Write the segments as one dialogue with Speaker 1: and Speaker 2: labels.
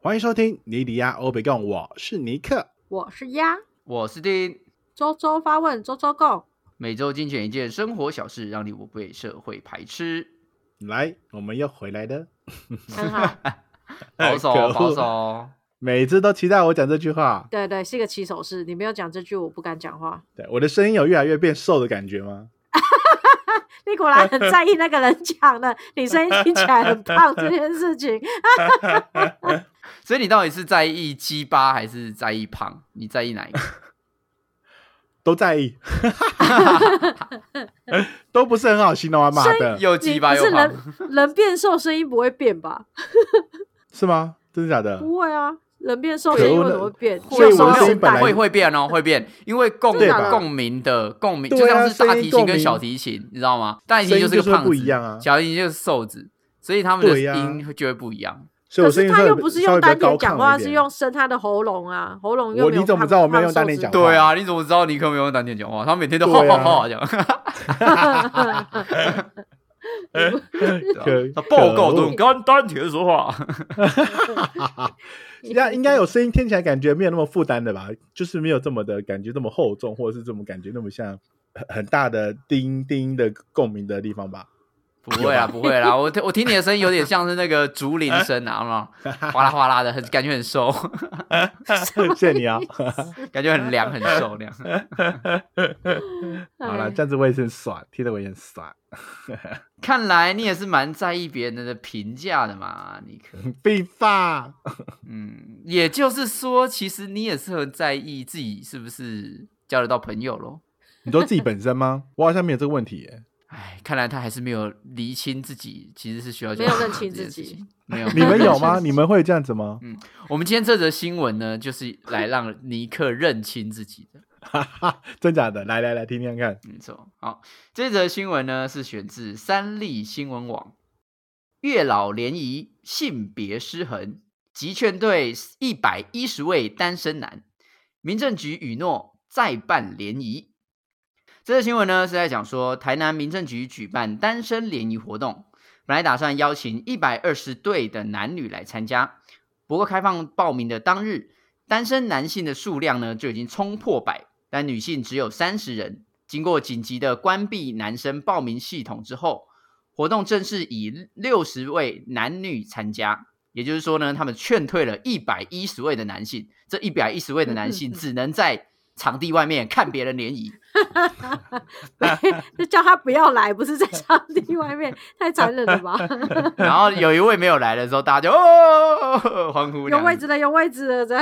Speaker 1: 欢迎收听尼迪亚欧北共，我是尼克。
Speaker 2: 我是鸭，
Speaker 3: 我是丁，
Speaker 2: 周周发问，周周 go。
Speaker 3: 每周精选一件生活小事，让你我不被社会排斥。
Speaker 1: 来，我们又回来了，
Speaker 2: 很好，
Speaker 3: 保守
Speaker 1: 哎可恶，
Speaker 3: 保守，
Speaker 1: 每次都期待我讲这句话。
Speaker 2: 对对，是一个起手式。你没有讲这句，我不敢讲话。
Speaker 1: 对，我的声音有越来越变瘦的感觉吗？
Speaker 2: 你果 然很在意那个人讲的，你声音听起来很胖这件 事情。
Speaker 3: 所以你到底是在意鸡巴还是在意胖？你在意哪 一个？
Speaker 1: 都在意， 都不是很好形容啊，妈的，
Speaker 3: 又鸡
Speaker 2: 你
Speaker 3: 巴
Speaker 2: 不
Speaker 3: 又
Speaker 2: 是
Speaker 3: 胖
Speaker 2: 人？人变瘦，声音不会变吧？
Speaker 1: 是吗？真的假的？
Speaker 2: 不会啊，人变瘦，
Speaker 1: 可
Speaker 2: 声音
Speaker 1: 恶
Speaker 2: 为什
Speaker 1: 的
Speaker 2: 么会变？
Speaker 1: 所以
Speaker 2: 有时
Speaker 1: 我的
Speaker 2: 候
Speaker 1: 声
Speaker 2: 是
Speaker 1: 音本来
Speaker 2: 带
Speaker 3: 会会变哦，会变，因为共
Speaker 1: 对
Speaker 2: 啊
Speaker 1: 吧
Speaker 3: 共鸣的共鸣，
Speaker 1: 对啊
Speaker 3: 就像是大
Speaker 1: 声
Speaker 3: 提
Speaker 1: 音共
Speaker 3: 琴
Speaker 1: 鸣
Speaker 3: 跟小提琴，你知道吗？大提
Speaker 1: 声
Speaker 3: 琴
Speaker 1: 音
Speaker 3: 是个
Speaker 1: 就是会
Speaker 3: 胖子，
Speaker 1: 不一样啊
Speaker 3: 小提琴就是瘦子，所以他们的
Speaker 1: 对呀啊
Speaker 3: 音就会不一样。
Speaker 1: 所以我
Speaker 2: 可
Speaker 1: 声
Speaker 2: 是
Speaker 1: 音
Speaker 2: 他
Speaker 1: 稍微
Speaker 2: 又不是
Speaker 1: 稍微
Speaker 2: 用
Speaker 1: 比较
Speaker 2: 单点
Speaker 1: 高
Speaker 2: 讲
Speaker 1: 亢
Speaker 2: 话，
Speaker 1: 一点
Speaker 2: 是用伸他的喉咙啊，喉咙又
Speaker 1: 我
Speaker 2: 没有
Speaker 1: 你怎么
Speaker 2: 胖
Speaker 1: 知道我没有
Speaker 2: 胖
Speaker 1: 用单
Speaker 2: 瘦
Speaker 1: 点
Speaker 2: 之
Speaker 1: 讲话
Speaker 3: 对啊，你怎么知道你可没有用单点讲话？他每天都吼
Speaker 1: 对
Speaker 3: 吼
Speaker 1: 啊
Speaker 3: 吼这样，
Speaker 1: 可
Speaker 3: 他啊报告
Speaker 1: 可恶
Speaker 3: 都跟丹田说话。
Speaker 1: 应该应该有声音听起来感觉没有那么负担的吧，就是没有这么的感觉那么厚重，或者是这么感觉那么像很很大的叮叮的共鸣的地方吧。
Speaker 3: 不会啊啦，不会啦，我听我听你的声音有点像是那个竹林声啊，有没有 哗啦哗啦的，很感觉很瘦，
Speaker 1: 谢谢你啊，
Speaker 3: 感觉很凉很瘦 那样。
Speaker 1: 好了，
Speaker 2: 哎
Speaker 1: 这样子我也是很爽，听得我也很爽。
Speaker 3: 看来你也是蛮在意别人的评价的嘛，尼克。
Speaker 1: 必发，
Speaker 3: 嗯，也就是说，其实你也是很在意自己是不是交得到朋友咯。
Speaker 1: 你说自己本身 吗？我好像没有这个问题耶。
Speaker 3: 哎，看来他还是没有厘清自己，其实是需要
Speaker 2: 没有认清自
Speaker 3: 这
Speaker 2: 己
Speaker 3: 件事情，没 有。
Speaker 1: 你们有吗？
Speaker 3: 没认清自己
Speaker 1: 你们会这样子吗？
Speaker 3: 我们今天这则新闻呢，就是来让尼克认清自己的。
Speaker 1: 哈哈，真假的？来来来，听听看。
Speaker 3: 没错，好，这则新闻呢是选自三立新闻网，月老联谊性别失衡，集劝对一百一十位单身男，民政局允诺再办联谊。这则新闻呢是在讲说，台南民政局举办单身联谊活动，本来打算邀请一百二十对的男女来参加，不过开放报名的当日，单身男性的数量呢就已经冲破百，但女性只有三十人。经过紧急的关闭男生报名系统之后，活动正式以六十位男女参加，也就是说呢，他们劝退了一百一十位的男性，这一百一十位的男性只能在场地外面看别人联谊。
Speaker 2: 就叫他不要来，不是在场地外面，太残忍了 吧？
Speaker 3: 然后有一位没有来的时候，大家就哦欢呼这
Speaker 2: 有
Speaker 3: 样子。
Speaker 2: 位置了，有位置了，在。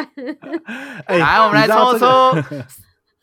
Speaker 1: 哎
Speaker 3: 来，我们来
Speaker 1: 你知道
Speaker 3: 抽
Speaker 1: 这
Speaker 3: 出
Speaker 1: 个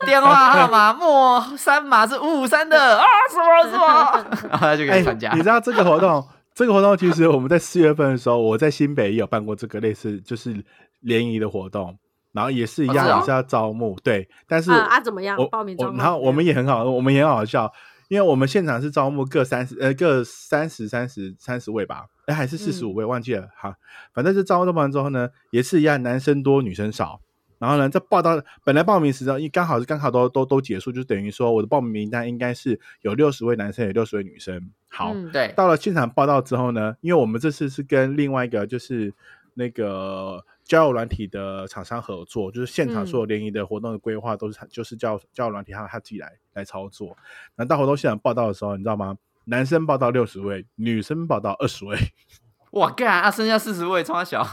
Speaker 3: 电话号码 末三码是五五三的啊，什么什 么，然后他就可以参加。
Speaker 1: 哎你知道这个活动， 这个活动其实我们在四月份的时候，我在新北也有办过这个类似就是联谊的活动，然后也是一
Speaker 3: 哦
Speaker 1: 样，
Speaker 3: 是哦
Speaker 1: 也是要招募，对，但是
Speaker 2: 啊啊，怎么样
Speaker 1: 我？
Speaker 2: 报名
Speaker 1: 我
Speaker 2: 状况怎么
Speaker 1: 然
Speaker 2: 样？
Speaker 1: 后我们也很好，我们也很好笑，因为我们现场是招募各三十呃各三十三十三十位吧，哎还是四
Speaker 2: 嗯
Speaker 1: 十五位、忘记了，好，反正是招募完之后呢，也是一样，男生多女生少。然后呢，在报到本来报名时呢，因为刚好是刚好都都都结束，就等于说我的报名名单应该是有六十位男生，有六十位女生。好，
Speaker 2: 嗯
Speaker 3: 对，
Speaker 1: 到了现场报道之后呢，因为我们这次是跟另外一个就是那个交友软体的厂商合作，就是现场
Speaker 2: 嗯
Speaker 1: 所有联谊的活动的规划都是他、就是交交友软体他他自己来来操作。那到活动现场报道的时候，你知道吗？男生报到六十位，女生报到二十位。
Speaker 3: 哇，干啊，剩下四十位，冲他小，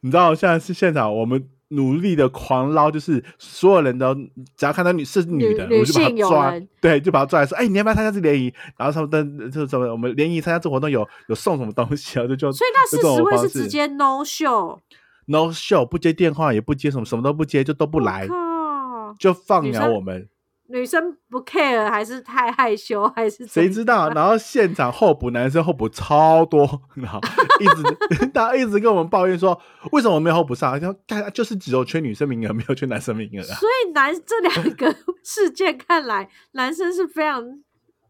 Speaker 1: 你知道现在是现场我们。努力的狂捞，就是所有人都只要看到女是女的，
Speaker 2: 女
Speaker 1: 我就把她
Speaker 2: 女性友
Speaker 1: 抓
Speaker 2: 人，
Speaker 1: 对，就把她抓来说，哎、你要不要参加这联谊？然后他们都就是什么，我们联谊参加这活动有有送什么东西啊？就就
Speaker 2: 所以那
Speaker 1: 就
Speaker 2: 四
Speaker 1: 这种
Speaker 2: 十位
Speaker 1: 方
Speaker 2: 是
Speaker 1: 式
Speaker 2: 直接 no show，
Speaker 1: no show，不接电话，也不接什么，什么都不接，就都不来，
Speaker 2: 靠，
Speaker 1: 就放
Speaker 2: 女
Speaker 1: 鸟
Speaker 2: 生
Speaker 1: 我们。
Speaker 2: 女生不 care 还是太害羞还是怎
Speaker 1: 谁知道？然后现场候补男生候补超多， 然后一直大家一直跟我们抱怨说，为什么我没有候补上？他说，看就是只有缺女生名额，没有缺男生名额啊。
Speaker 2: 所以男这两个 事件看来，男生是非常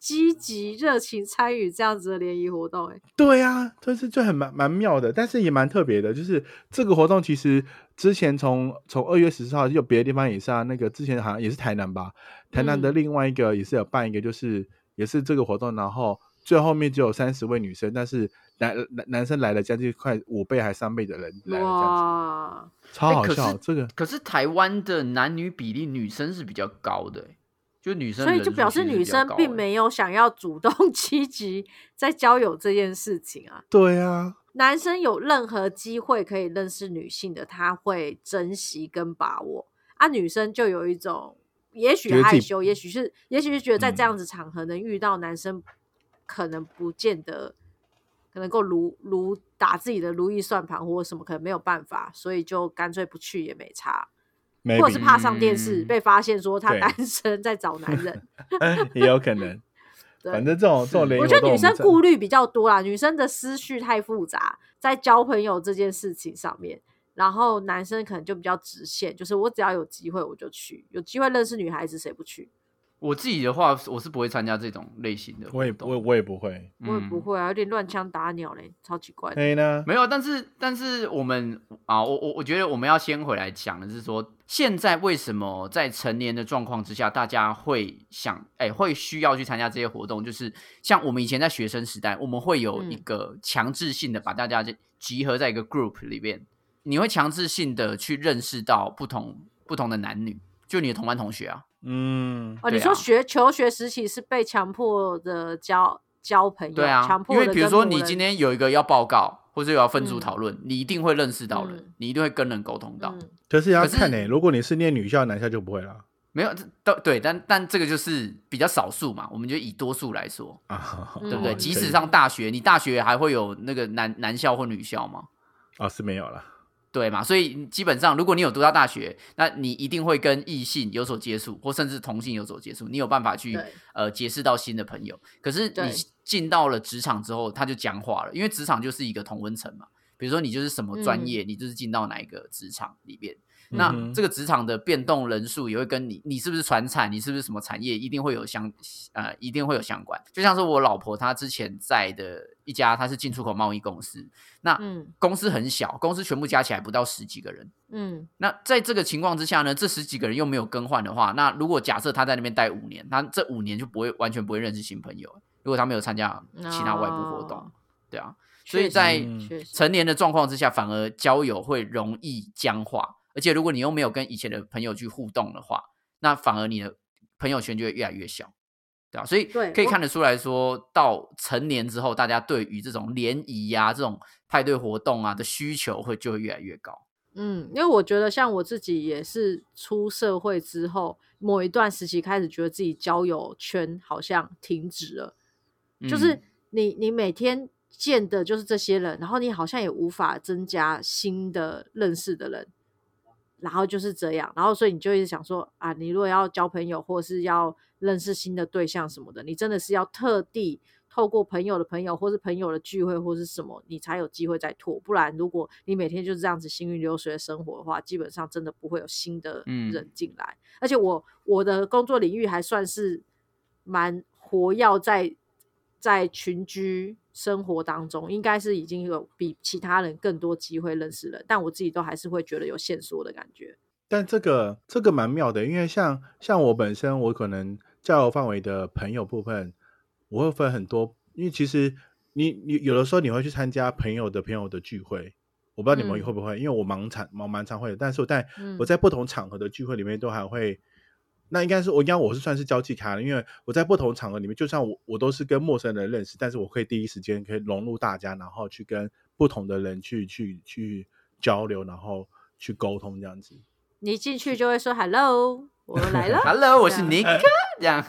Speaker 2: 积极热情参与这样子的联谊活动、欸，
Speaker 1: 对啊，就是就很蛮蛮妙的，但是也蛮特别的。就是这个活动其实之前从从二月十四号，就别的地方也是啊，那个之前好像也是台南吧，台南的
Speaker 2: 嗯
Speaker 1: 另外一个也是有办一个，就是、也是这个活动，然后最后面只有三十位女生，但是男男男生来了将近快五倍还三倍的人来了，这样
Speaker 2: 哇，
Speaker 1: 子超
Speaker 3: 哎
Speaker 1: 好
Speaker 3: 可是
Speaker 1: 笑。这个
Speaker 3: 可是台湾的男女比例，女生是比较高的欸、就女生
Speaker 2: 所
Speaker 3: 人
Speaker 2: 以
Speaker 3: 数其实
Speaker 2: 就
Speaker 3: 比
Speaker 2: 表
Speaker 3: 较高欸，
Speaker 2: 示女生并没有想要主动 积极在交友这件事情啊。
Speaker 1: 对 啊，
Speaker 2: 男生有任何机会可以认识女性的，他会珍惜跟把握啊。女生就有一种，也许
Speaker 1: 觉得自
Speaker 2: 害
Speaker 1: 己
Speaker 2: 羞，也许是，也许是觉得在
Speaker 1: 嗯
Speaker 2: 这样子场合能遇到男生，可能不见得可能够如如打自己的如意算盘或什么，可能没有办法，所以就干脆不去也没差，
Speaker 1: 没
Speaker 2: 或者是怕上电视、
Speaker 3: 嗯
Speaker 2: 被发现说他
Speaker 1: 对
Speaker 2: 单身在找男人。
Speaker 1: 哎也有可能。
Speaker 2: 对
Speaker 1: 反正这种这种
Speaker 3: 是
Speaker 1: 联谊活
Speaker 2: 我觉
Speaker 1: 动
Speaker 2: 得
Speaker 1: 们
Speaker 2: 女生
Speaker 1: 在
Speaker 2: 顾虑比较多啦，女生的思绪太复杂，在交朋友这件事情上面，然后男生可能就比较直线，就是我只要有机会我就去，有机会认识女孩子谁不去？
Speaker 3: 我自己的话，我是不会参加这种类型的活动。
Speaker 1: 我也我也我也不 会。
Speaker 2: 我也不
Speaker 3: 嗯哎
Speaker 2: 会啊，有点乱枪打鸟嘞，超奇怪的。
Speaker 1: 所以 呢，
Speaker 3: 没有，但是但是我们啊，我我我觉得我们要先回来讲的是说，现在为什么在成年的状况之下，大家会想哎、会需要去参加这些活动？就是像我们以前在学生时代，我们会有一
Speaker 2: 嗯
Speaker 3: 个强制性的把大家集合在一个 group 里面，你会强制性的去认识到不同不同的男女，就你的同班同学啊，
Speaker 1: 嗯，
Speaker 2: 哦，
Speaker 3: 对
Speaker 2: 你说
Speaker 3: 啊
Speaker 2: 学求学时期是被强迫的交交朋友，
Speaker 3: 对啊
Speaker 2: 强，迫
Speaker 3: 因
Speaker 2: 的
Speaker 3: 为比如说你今天有一个要报告，或者有要分组
Speaker 2: 嗯
Speaker 3: 讨论，你一定会认识到人，
Speaker 2: 嗯
Speaker 3: 你一定会跟人沟通到。
Speaker 2: 嗯，
Speaker 1: 可是也要
Speaker 3: 可是
Speaker 1: 看呢、欸如果你是念女校，男校就不会了
Speaker 3: 没有，这都对，但但这个就是比较少数嘛，我们就以多数来说，
Speaker 1: 啊，
Speaker 2: 嗯
Speaker 3: 对不对？
Speaker 1: 哦
Speaker 3: 即
Speaker 1: 可以
Speaker 3: 使上大学，你大学还会有那个男男校或女校嘛，
Speaker 1: 啊是没有了。
Speaker 3: 对嘛？所以基本上，如果你有读到大学，那你一定会跟异性有所接触，或甚至同性有所接触，你有办法去
Speaker 2: 对
Speaker 3: 呃结识到新的朋友。可是
Speaker 2: 对
Speaker 3: 你进到了职场之后，他就僵化了，因为职场就是一个同温层嘛。比如说你就是什么
Speaker 2: 嗯
Speaker 3: 专业，你就是进到哪一个职场里面。那
Speaker 1: 嗯哼
Speaker 3: 这个职场的变动人数也会跟你，你是不是传产，你是不是什么产业，一定会有相呃，一定会有相关。就像是我老婆她之前在的一家，她是进出口贸易公司，那
Speaker 2: 嗯
Speaker 3: 公司很小，公司全部加起来不到十几个人。
Speaker 2: 嗯
Speaker 3: 那在这个情况之下呢，这十几个人又没有更换的话，那如果假设他在那边待五年，他这五年就不会完全不会认识新朋友。如果他没有参加其他外部活动，
Speaker 2: 哦
Speaker 3: 对啊，所以
Speaker 2: 确实
Speaker 3: 在
Speaker 1: 嗯
Speaker 2: 确实
Speaker 3: 成年的状况之下，反而交友会容易僵化，而且如果你又没有跟以前的朋友去互动的话，那反而你的朋友圈就会越来越小，对啊，所以
Speaker 2: 对
Speaker 3: 可以
Speaker 2: 我
Speaker 3: 看得出来说，到成年之后，大家对于这种联谊啊、这种派对活动啊的需求会就会越来越高。
Speaker 2: 嗯，因为我觉得像我自己也是出社会之后某一段时期开始觉得自己交友圈好像停止了，就是
Speaker 3: 嗯
Speaker 2: 你你每天见的就是这些人，然后你好像也无法增加新的认识的人，然后就是这样，然后所以你就一直想说啊，你如果要交朋友或是要认识新的对象什么的，你真的是要特地透过朋友的朋友或是朋友的聚会或是什么，你才有机会再拓。不然，如果你每天就这样子行云流水的生活的话，基本上真的不会有新的
Speaker 3: 嗯
Speaker 2: 人进来。而且我我的工作领域还算是蛮活跃在在群居生活当中，应该是已经有比其他人更多机会认识了，但我自己都还是会觉得有线索的感觉。
Speaker 1: 但这个这个蛮妙的，因为像像我本身，我可能交友范围的朋友部分，我会分很多，因为其实你你有的时候你会去参加朋友的朋友的聚会，我不知道你们
Speaker 2: 嗯
Speaker 1: 会不会，因为我蛮常蛮蛮常会的，但是我在
Speaker 2: 嗯
Speaker 1: 我在不同场合的聚会里面都还会。那应该是我，应该我是算是交际咖的，因为我在不同场合里面，就算我我都是跟陌生人认识，但是我可以第一时间可以融入大家，然后去跟不同的人去去去交流，然后去沟通这样子。
Speaker 2: 你进去就会说 “hello”，我 来 了。
Speaker 3: Hello，我
Speaker 2: 这
Speaker 3: 是
Speaker 2: 样
Speaker 3: 尼克，这样，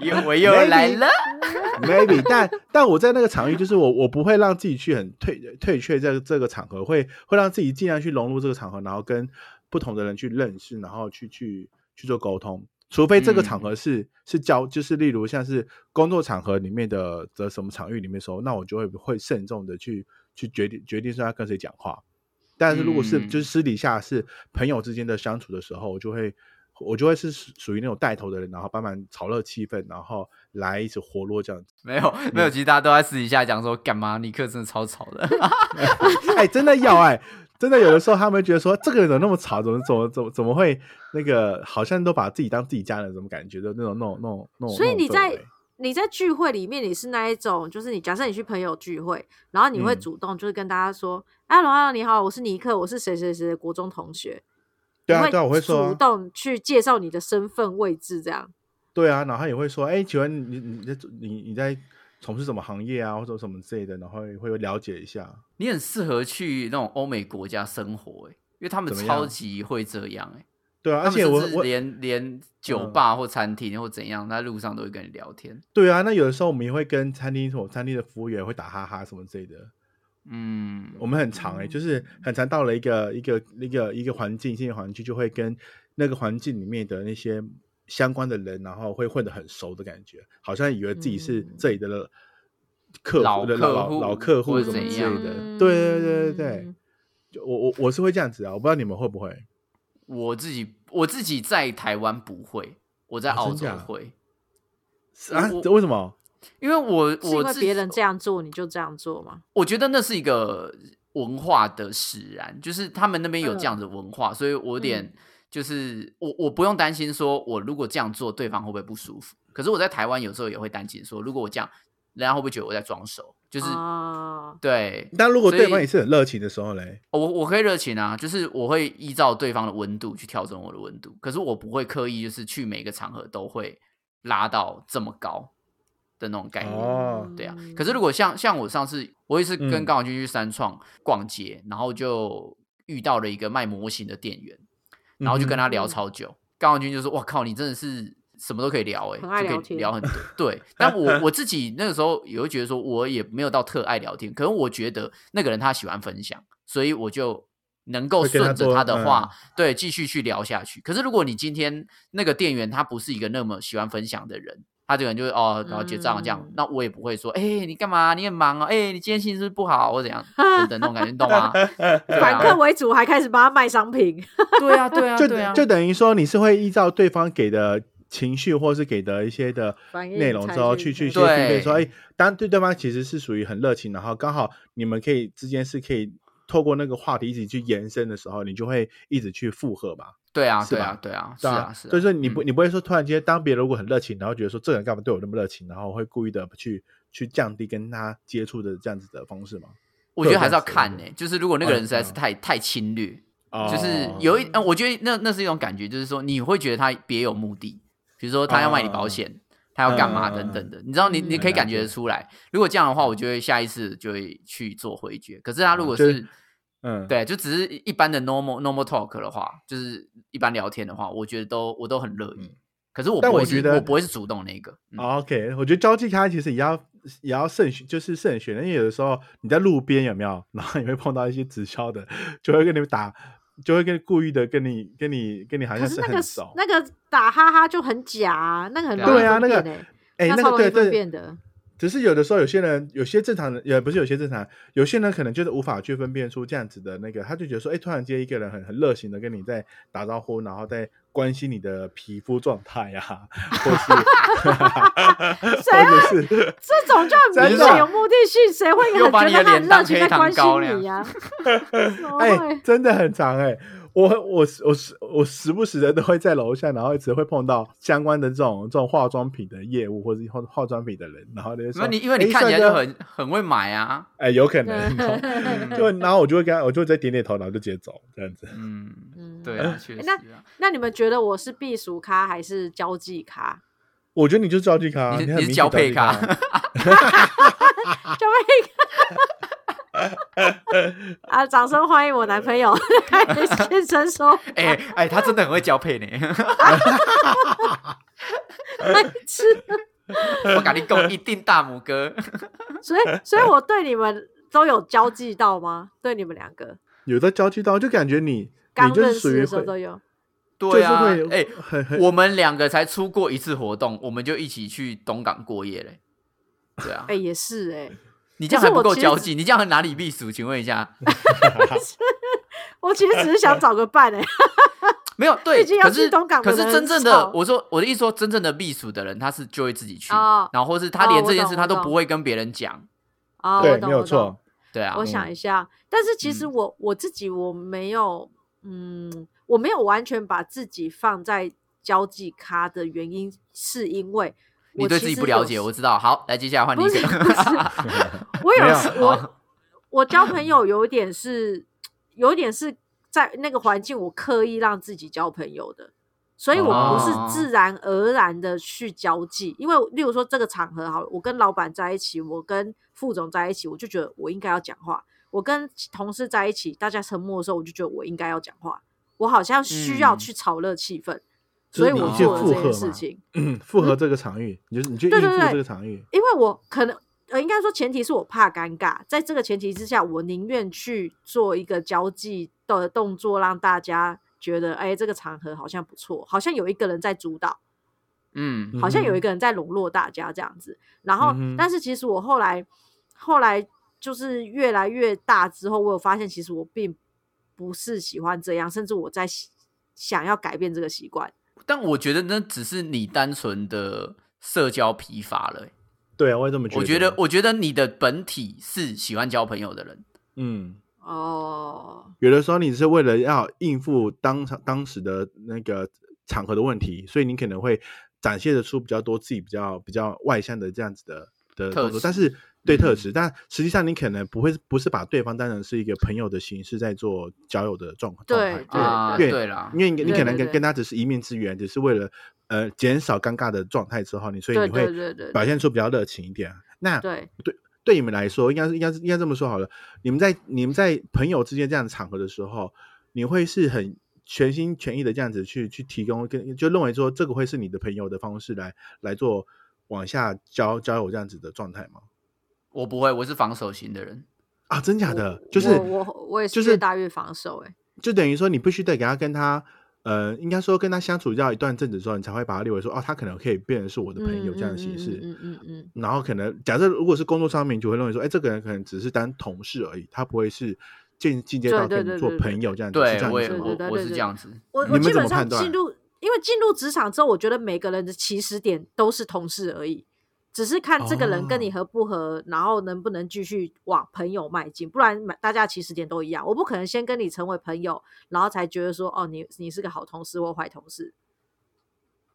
Speaker 3: 又我又来了。
Speaker 1: maybe，但但我在那个场域，就是我我不会让自己去很退退却这个这个场合，会会让自己尽量去融入这个场合，然后跟不同的人去认识，然后去去去做沟通。除非这个场合是、是交，就是例如像是工作场合里面的的什么场域里面的时候，那我就会会慎重的去去决定决定说要跟谁讲话。但是如果是、
Speaker 3: 嗯
Speaker 1: 就是私底下是朋友之间的相处的时候，我就会我就会是属属于那种带头的人，然后帮忙炒热气氛，然后来一直活络这样子。
Speaker 3: 没有没有，其实大家都在私底下讲说，干嘛尼克真的超吵的。
Speaker 1: 哎，真的要哎、真的有的时候他们会觉得说，这个人怎么那么吵，怎么怎么怎么怎么会那个，好像都把自己当自己家人，怎么感觉的那种那种那种那种。
Speaker 2: 所以
Speaker 1: 哦那种
Speaker 2: 你
Speaker 1: 氛
Speaker 2: 在
Speaker 1: 围
Speaker 2: 你在聚会里面，你是那一种，就是你假设你去朋友聚会，然后你会
Speaker 1: 嗯
Speaker 2: 主动就是跟大家说：“哎、罗浩你好，我是尼克，我是谁谁谁的国中同学。”
Speaker 1: 对啊
Speaker 2: 你
Speaker 1: 对啊，我会说啊
Speaker 2: 主动去介绍你的身份位置，这样。
Speaker 1: 对啊，然后也会说，哎，请问你你你在做你你在从事什么行业啊，或者什么之类的，然后会了解一下。
Speaker 3: 你很适合去那种欧美国家生活、欸，因为他们
Speaker 1: 怎么样
Speaker 3: 超级会这样、欸，
Speaker 1: 对啊，
Speaker 3: 他
Speaker 1: 而
Speaker 3: 们
Speaker 1: 且我
Speaker 3: 甚至
Speaker 1: 我
Speaker 3: 连连酒
Speaker 1: 嗯
Speaker 3: 吧或餐厅或怎样，在路上都会跟你聊天。
Speaker 1: 对啊，那有的时候我们也会跟餐厅什么餐厅的服务员会打哈哈什么之类的。
Speaker 3: 嗯，
Speaker 1: 我们很长哎、
Speaker 2: 嗯
Speaker 1: 就是很常到了一个一个一个一个环境，新的环境就会跟那个环境里面的那些相关的人，然后会混得很熟的感觉，好像以为自己是这里的了客
Speaker 3: 嗯
Speaker 1: 户
Speaker 3: 老
Speaker 1: 的
Speaker 3: 客
Speaker 1: 老老
Speaker 3: 户
Speaker 1: 老客户
Speaker 3: 或
Speaker 1: 什
Speaker 3: 者
Speaker 1: 么
Speaker 3: 怎
Speaker 1: 之
Speaker 3: 样嗯
Speaker 1: 类的。
Speaker 2: 嗯
Speaker 1: 对对对对对，就我我我是会这样子啊，我不知道你们会不会。
Speaker 3: 我自己我自己在台湾不会，我在
Speaker 1: 啊
Speaker 3: 澳
Speaker 1: 真
Speaker 3: 洲
Speaker 1: 假
Speaker 3: 会，
Speaker 1: 啊？
Speaker 3: 我
Speaker 1: 这为什么？
Speaker 3: 因为我
Speaker 2: 是因
Speaker 3: 我
Speaker 2: 为
Speaker 3: 自
Speaker 2: 别
Speaker 3: 己
Speaker 2: 人这样做，你就这样做吗？
Speaker 3: 我觉得那是一个文化的使然，就是他们那边有这样的文化，所以我有点
Speaker 2: 嗯
Speaker 3: 就是我我不用担心说我如果这样做对方会不会不舒服。可是我在台湾有时候也会担心说，如果我这样，人家会不会觉得我在装熟？就是、
Speaker 2: 啊，
Speaker 3: 对
Speaker 1: 但如果
Speaker 3: 所以
Speaker 1: 对方也是很热情的时候嘞，
Speaker 3: 我我可以热情啊，就是我会依照对方的温度去调整我的温度，可是我不会刻意就是去每个场合都会拉到这么高的那种概念。
Speaker 1: 哦
Speaker 3: 对
Speaker 2: 嗯
Speaker 3: 啊，可是如果像像我上次，我也是跟
Speaker 1: 嗯
Speaker 3: 高晓君去三创逛街，然后就遇到了一个卖模型的店员，然后就跟他聊
Speaker 2: 嗯
Speaker 3: 超久。高晓君就说：“哇靠，你真的是什么都可以聊、欸，
Speaker 2: 很爱
Speaker 3: 就
Speaker 2: 聊
Speaker 3: 可以
Speaker 2: 天
Speaker 3: 聊 很多。”对，但我我自己那个时候也会觉得说，我也没有到特爱聊天，可能我觉得那个人他喜欢分享，所以我就。能够
Speaker 1: 会跟他
Speaker 3: 顺着
Speaker 1: 多
Speaker 3: 他的话，
Speaker 2: 嗯
Speaker 3: 对，继续去聊下去。可是如果你今天那个店员他不是一个那么喜欢分享的人，他这个人就会哦，然后结账这样，
Speaker 2: 嗯
Speaker 3: 那我也不会说，哎、你干嘛？你很忙哦，哎、你今天心情是不是不好或怎样等等那种感觉，你懂 吗？对
Speaker 2: 反
Speaker 3: 啊
Speaker 2: 客，为主，还开始帮他卖商品，
Speaker 3: 对啊，对啊，
Speaker 1: 就
Speaker 3: 对啊，
Speaker 1: 就等于说你是会依照对方给的情绪，或是给的一些的
Speaker 2: 反应
Speaker 1: 内容之后去去
Speaker 2: 才去
Speaker 1: 去匹配
Speaker 3: 对
Speaker 1: 说，哎，当然对对方其实是属于很热情，然后刚好你们可以之间是可以透过那个话题一直去延伸的时候，你就会一直去附和嘛，
Speaker 3: 对啊，
Speaker 1: 是
Speaker 3: 对啊
Speaker 1: 吧，
Speaker 3: 对啊，是
Speaker 1: 对
Speaker 3: 啊，是啊。
Speaker 1: 所以说你不
Speaker 3: 嗯
Speaker 1: 你不会说突然间当别人如果很热情，然后觉得说这个人干嘛对我那么热情，然后会故意的去去降低跟他接触的这样子的方式嘛？
Speaker 3: 我觉得还是要
Speaker 1: 会有这样
Speaker 3: 看
Speaker 1: 子的
Speaker 3: 呢、就是如果那个
Speaker 1: 哦
Speaker 3: 人实在是
Speaker 1: 嗯
Speaker 3: 太太侵略，
Speaker 1: 哦
Speaker 3: 就是有一，呃我觉得那那是一种感觉，就是说你会觉得他别有目的，比如说他要卖你保险，他要干嘛
Speaker 1: 嗯嗯嗯
Speaker 3: 等等的，你知道你
Speaker 2: 嗯
Speaker 3: 你可以感觉得出来。如果这样的话，我就会下一次就会去做回绝。可是他如果
Speaker 1: 就是
Speaker 3: 是
Speaker 1: 嗯，
Speaker 3: 对，就只是一般的 normal normal talk 的话，就是一般聊天的话，我觉得都我都很乐意
Speaker 1: 嗯。
Speaker 3: 可是我
Speaker 1: 但
Speaker 3: 不会
Speaker 1: 我
Speaker 3: 是
Speaker 1: 觉得哦
Speaker 3: 我不会是主动那一个。嗯
Speaker 1: OK，我觉得交际咖其实也要也要慎选，就是慎选，因为有的时候你在路边有没有，然后你会碰到一些直销的，就会跟你们打，就会跟故意的跟你跟你跟你好
Speaker 2: 可
Speaker 1: 像
Speaker 2: 是那
Speaker 1: 很
Speaker 2: 个
Speaker 1: 熟。
Speaker 2: 那个打哈哈就很假啊，那个很容易
Speaker 1: 对啊
Speaker 2: 分
Speaker 1: 那个
Speaker 2: 辨欸
Speaker 1: 哎、
Speaker 2: 那
Speaker 1: 那
Speaker 2: 超
Speaker 1: 个
Speaker 2: 容易
Speaker 1: 对
Speaker 2: 分
Speaker 1: 对
Speaker 2: 辨，的，
Speaker 1: 只是有的时候有些人有些正常人也不是有些正常人，有些人可能就是无法去分辨出这样子的那个，他就觉得说，哎、突然间一个人很很热情的跟你在打招呼，然后在关心你的皮肤状态呀，或
Speaker 2: 啊
Speaker 1: 是或者是。
Speaker 2: 这种就很
Speaker 1: 真
Speaker 2: 明显
Speaker 1: 的
Speaker 2: 有目的性，谁会
Speaker 3: 又
Speaker 2: 很
Speaker 3: 把
Speaker 2: 觉
Speaker 3: 你的
Speaker 2: 得他很
Speaker 3: 脸当
Speaker 2: 热情
Speaker 3: 黑
Speaker 2: 在
Speaker 3: 糖
Speaker 2: 关心
Speaker 3: 糕
Speaker 2: 你啊呀？怎么
Speaker 1: 哎、
Speaker 2: 会？
Speaker 1: 真的很长哎、我我时我时我时不时的都会在楼下，然后一直会碰到相关的这种这种化妆品的业务或者化化妆品的人，然后就会
Speaker 3: 那
Speaker 1: 说
Speaker 3: 你因为你
Speaker 1: 哎
Speaker 3: 看起来
Speaker 1: 帅
Speaker 3: 就
Speaker 1: 哥
Speaker 3: 很很会买啊，
Speaker 1: 哎、有可能，然后
Speaker 3: 嗯
Speaker 1: 就然后我就会跟他，我就再点点头，然后就直接走这样子。
Speaker 3: 嗯，
Speaker 2: 嗯
Speaker 3: 对啊，确实
Speaker 2: 那
Speaker 3: 啊。
Speaker 2: 那你们觉得我是避暑咖还是交际咖？
Speaker 1: 我啊觉得你就是交际咖，
Speaker 3: 你是
Speaker 1: 很
Speaker 3: 你是
Speaker 1: 明显
Speaker 3: 交配
Speaker 1: 际
Speaker 3: 咖
Speaker 1: 咖，啊
Speaker 2: 交际咖 啊！掌声欢迎我男朋友 先生说
Speaker 3: 哎哎，他真的很会交 配呢。
Speaker 2: 是，
Speaker 3: 我跟你讲，一定大拇 哥。
Speaker 2: 所以所以我对你们都有交际到吗？对你们两个
Speaker 1: 有的交际到就感觉你
Speaker 2: 刚
Speaker 1: 你就
Speaker 2: 认
Speaker 1: 是属
Speaker 2: 识
Speaker 1: 于
Speaker 2: 的时候
Speaker 1: 会，
Speaker 2: 都有，
Speaker 1: 就
Speaker 3: 对
Speaker 1: 是
Speaker 3: 啊
Speaker 1: 会，
Speaker 3: 哎，
Speaker 1: 很很
Speaker 3: 我们两个才出过一次活动，我们就一起去东港过夜嘞。对啊
Speaker 2: 哎，，也是哎。
Speaker 3: 你这样还
Speaker 2: 可是
Speaker 3: 不
Speaker 2: 我
Speaker 3: 够
Speaker 2: 其实
Speaker 3: 交际，你这样哪里避暑？请问一 下，
Speaker 2: 我其实只是想找个伴哎、
Speaker 3: 没有对，
Speaker 2: 毕竟要
Speaker 3: 可
Speaker 2: 去
Speaker 3: 是
Speaker 2: 东港的
Speaker 3: 可
Speaker 2: 人
Speaker 3: 是真正
Speaker 2: 很
Speaker 3: 的
Speaker 2: 少，
Speaker 3: 我说我的意思说，真正的避暑的人，他是就会自己去，
Speaker 2: 哦
Speaker 3: 然后或是他
Speaker 2: 哦
Speaker 3: 连
Speaker 2: 我
Speaker 3: 这件
Speaker 2: 懂
Speaker 3: 事
Speaker 2: 我
Speaker 3: 他都
Speaker 2: 懂
Speaker 3: 不会跟别人讲，
Speaker 2: 哦，我
Speaker 1: 对，
Speaker 2: 懂
Speaker 1: 没有。
Speaker 2: 我懂
Speaker 1: 错，
Speaker 3: 对啊
Speaker 2: 我，想一下，但是其实
Speaker 3: 嗯
Speaker 2: 我、我自己我没有，嗯，我没有完全把自己放在交际咖的原因，是因为
Speaker 3: 你对自己不了解，我知道。好，来，接下来换你一
Speaker 2: 不是
Speaker 3: 个。
Speaker 2: 不是我
Speaker 1: 没
Speaker 2: 有
Speaker 1: 有
Speaker 2: 时
Speaker 3: 好
Speaker 2: 我我交 朋友有一点是，有一点是在那个环境，我刻意让自己交朋友的，所以我不
Speaker 3: 哦
Speaker 2: 是自然而然的去交际。因为例如说这个场合好了，我跟老板在一起，我跟副总在一起，我就觉得我应该要讲话；我跟同事在一起，大家沉默的时候，我就觉得我应该要讲话。我好像需要
Speaker 3: 嗯
Speaker 2: 去炒热气氛，
Speaker 1: 就
Speaker 2: 所
Speaker 1: 是
Speaker 2: 以我
Speaker 1: 你去
Speaker 2: 做了
Speaker 1: 附
Speaker 2: 这
Speaker 1: 和
Speaker 2: 件事
Speaker 1: 嘛
Speaker 2: 情。
Speaker 1: 符合这个场域，你就是你去应
Speaker 2: 对对
Speaker 1: 付
Speaker 2: 对
Speaker 1: 这个场域。
Speaker 2: 因为我可能呃，应该说前提是我怕尴尬，在这个前提之下，我宁愿去做一个交际的动作，让大家觉得哎、这个场合好像不错，好像有一个人在主导，
Speaker 3: 嗯
Speaker 2: 好像有一
Speaker 1: 个
Speaker 2: 个人在笼络大家这样子。然后，
Speaker 1: 嗯哼
Speaker 2: 但是其实我后来后来就是越来越大之后，我有发现，其实我并不是喜欢这样，甚至我在喜想要改变这个习惯。
Speaker 3: 但我觉得那只是你单纯的社交疲乏了欸、
Speaker 1: 对啊，我也这么觉
Speaker 3: 我觉得，我觉得你的本体是喜欢交朋友的人。
Speaker 1: 嗯，
Speaker 2: 哦，
Speaker 1: 有的时候你是为了要应付当场当时的那个场合的问题，所以你可能会展现的出比较多自己比较比较外向的这样子的的
Speaker 3: 特
Speaker 1: 动作，
Speaker 3: 质
Speaker 1: 但是对特
Speaker 3: 嗯
Speaker 1: 质，但实际上你可能不会不是把对方当成是一个朋友的形式在做交友的状况状
Speaker 2: 对
Speaker 1: 态，
Speaker 2: 对
Speaker 3: 啊，
Speaker 1: 对
Speaker 3: 对啦
Speaker 1: 因，为你你
Speaker 2: 对
Speaker 1: 可能
Speaker 2: 对
Speaker 1: 跟
Speaker 2: 对
Speaker 1: 跟他只是一面之缘，只是为了呃减少尴尬的状态之后，你所以
Speaker 2: 对
Speaker 1: 你会
Speaker 2: 对对对
Speaker 1: 表现出比较热情一点。啊那
Speaker 2: 对，
Speaker 1: 对你们来说，应该是应该是应该这么说好了。你们在你们在朋友之间这样的场合的时候，你会是很全心全意的这样子去去提供跟就认为说这个会是你的朋友的方式来来做往下交交友这样子的状态吗？
Speaker 3: 我不会，我是防守型的人。
Speaker 1: 啊，真假的，就是
Speaker 2: 我我我也是
Speaker 1: 就是
Speaker 2: 越大越防守、欸，哎。
Speaker 1: 就等于说你必须得给他跟他，呃，应该说跟他相处要一段阵子之后，你才会把他列为说，哦，他可能可以变成是我的朋友这样的形式。
Speaker 2: 嗯嗯嗯嗯
Speaker 1: 然后可能假设如果是工作上面，你就会认为说，哎，这个人可能只是当同事而已，他不会是进进阶到
Speaker 2: 对对
Speaker 1: 跟你
Speaker 2: 对
Speaker 1: 做
Speaker 2: 对
Speaker 1: 朋友这样子。是
Speaker 3: 对
Speaker 1: 这，样
Speaker 3: 我
Speaker 1: 子
Speaker 3: 也
Speaker 2: 对
Speaker 1: 吗
Speaker 2: 对
Speaker 3: 我
Speaker 2: 对
Speaker 3: 我
Speaker 2: 对
Speaker 3: 是
Speaker 2: 对
Speaker 3: 这样子。
Speaker 2: 我
Speaker 1: 你
Speaker 2: 我
Speaker 1: 们
Speaker 2: 基
Speaker 1: 怎
Speaker 2: 本
Speaker 1: 么判
Speaker 2: 上
Speaker 1: 断
Speaker 2: 进入，因为进入职场之后，我觉得每个人的起始点都是同事而已，只是看这个人跟你
Speaker 1: 哦
Speaker 2: 合不合，然后能不能继续往朋友迈进。不然大家起始点都一样，我不可能先跟你成为朋友，然后才觉得说哦，你你是个好同事或坏同事。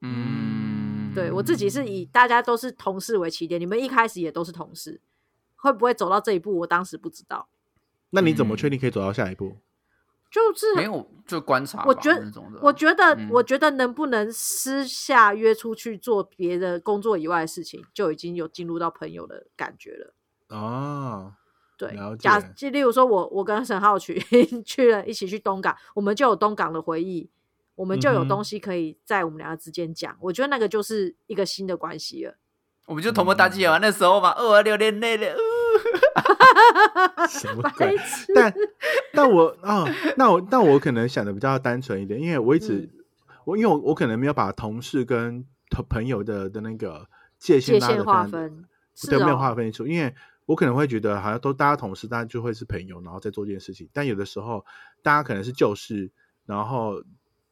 Speaker 3: 嗯，
Speaker 2: 对我自己是以大家都是同事为起点，你们一开始也都是同事，会不会走到这一步，我当时不知道，
Speaker 1: 那你
Speaker 3: 嗯
Speaker 1: 怎么确定可以走到下一步？
Speaker 2: 就是
Speaker 3: 没有就观察吧，
Speaker 2: 我觉得
Speaker 3: 那种的。
Speaker 2: 我觉得，
Speaker 3: 嗯
Speaker 2: 我觉得能不能私下约出去做别的工作以外的事情，就已经有进入到朋友的感觉了。
Speaker 1: 哦，
Speaker 2: 对
Speaker 1: 了，
Speaker 2: 假
Speaker 1: 解
Speaker 2: 就例如说我，我跟沈浩群 去了一起去东港，我们就有东港的回忆，我们就有
Speaker 1: 嗯哼
Speaker 2: 东西可以在我们两个之间讲。我觉得那个就是一个新的关系
Speaker 3: 哦
Speaker 2: 了。
Speaker 3: 我们就同谋大计啊，那时候嘛，二二六恋累了，
Speaker 1: 什么
Speaker 2: 白
Speaker 1: 鬼？
Speaker 2: 痴
Speaker 1: 但但我啊、那我那我可能想的比较单纯一点，因为我一
Speaker 2: 嗯
Speaker 1: 直、我因为我我可能没有把同事跟同朋友的的那个界限
Speaker 2: 界
Speaker 1: 拉的
Speaker 2: 限划分，是
Speaker 1: 对，没有
Speaker 2: 哦，
Speaker 1: 划分清楚，因为我可能会觉得好像都大家同事，大家就会是朋友，然后再做这件事情。但有的时候，大家可能是旧事，然后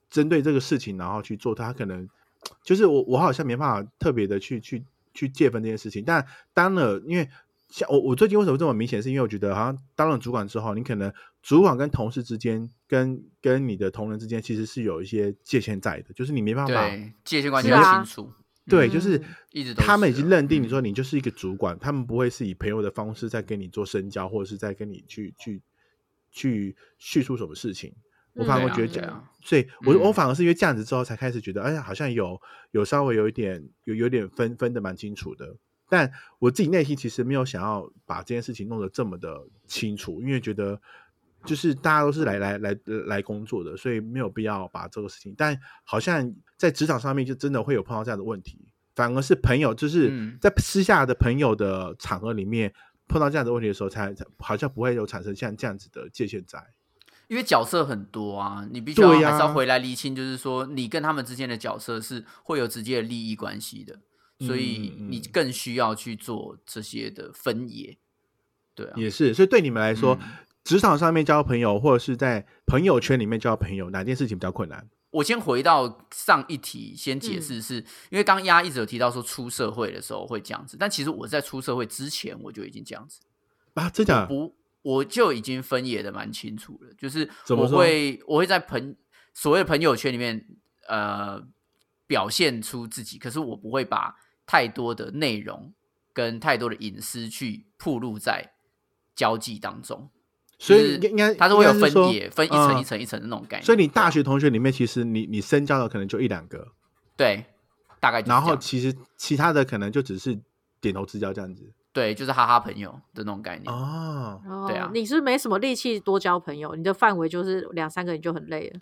Speaker 1: 针对这个事情，然后去做，他可能就是我，我好像没办法特别的去去去界分这件事情。但当了，因为像我，我最近为什么这么明显，是因为我觉得好像当了主管之后，你可能主管跟同事之间，跟跟你的同仁之间，其实是有一些界限在的，就是你没办法。
Speaker 3: 对，界限关系
Speaker 2: 是
Speaker 3: 要
Speaker 2: 啊
Speaker 3: 清楚，
Speaker 1: 对，就是
Speaker 2: 嗯
Speaker 3: 一直都
Speaker 1: 他们已
Speaker 3: 是
Speaker 1: 经
Speaker 3: 啊
Speaker 1: 认定你
Speaker 3: 嗯
Speaker 1: 说你就是一个主管，他们不会是以朋友的方式在跟你做深交，或者是在跟你去去去叙述什么事情。我
Speaker 2: 嗯
Speaker 1: 反而
Speaker 3: 对
Speaker 1: 会
Speaker 3: 啊
Speaker 1: 觉得这
Speaker 3: 对
Speaker 1: 样，
Speaker 3: 啊
Speaker 1: 所以我、我
Speaker 3: 嗯
Speaker 1: 反而是因为这样子之后才开始觉得，哎呀，好像有有稍微有一点有有点分分的蛮清楚的。但我自己内心其实没有想要把这件事情弄得这么的清楚，因为觉得就是大家都是来来来呃来工作的，所以没有必要把这个事情。但好像在职场上面就真的会有碰到这样的问题，反而是朋友，就是
Speaker 3: 嗯
Speaker 1: 在私下的朋友的场合里面碰到这样的问题的时候才，才好像不会有产生像这样子的界限在。
Speaker 3: 因为角色很多啊，你必须要
Speaker 1: 对
Speaker 3: 还是要
Speaker 1: 呀
Speaker 3: 回来厘清，就是说你跟他们之间的角色是会有直接的利益关系的，所以
Speaker 1: 嗯嗯
Speaker 3: 你
Speaker 1: 嗯
Speaker 3: 更需要去做这些的分野。对啊，
Speaker 1: 也是，所以对你们来说，
Speaker 3: 嗯
Speaker 1: 职场上面交朋友，或者是在朋友圈里面交朋友，哪件事情比较困难？
Speaker 3: 我先回到上一题，先解
Speaker 2: 嗯
Speaker 3: 释是、因为刚丫一直有提到说出社会的时候会这样子，但其实我在出社会之前我就已经这样子，
Speaker 1: 啊，真
Speaker 3: 我
Speaker 1: 假？
Speaker 3: 不我就已经分野的蛮清楚了，就是
Speaker 1: 怎么
Speaker 3: 我
Speaker 1: 说
Speaker 3: 会我会在朋所谓的朋友圈里面呃表现出自己，可是我不会把太多的内容跟太多的隐私去暴露在交际当中，
Speaker 1: 所
Speaker 3: 就
Speaker 1: 以
Speaker 3: 是
Speaker 1: 应该应该
Speaker 3: 它是会有分
Speaker 1: 应该
Speaker 3: 野、
Speaker 1: 是说
Speaker 3: 分一层一
Speaker 1: 嗯
Speaker 3: 层一层的那种概念。
Speaker 1: 所以你大学同学里面，其实你你深交的可能就一两个，
Speaker 3: 对，大概就是
Speaker 1: 然
Speaker 3: 嗯这
Speaker 1: 后
Speaker 3: 样
Speaker 1: 其实其他的可能就只是点头之交这样子。
Speaker 3: 对，就是哈哈朋友的那种概念。
Speaker 1: 哦，
Speaker 2: 哦，
Speaker 3: 对啊
Speaker 2: 你是没什么力气多交朋友，你的范围就是两三个你就很累了，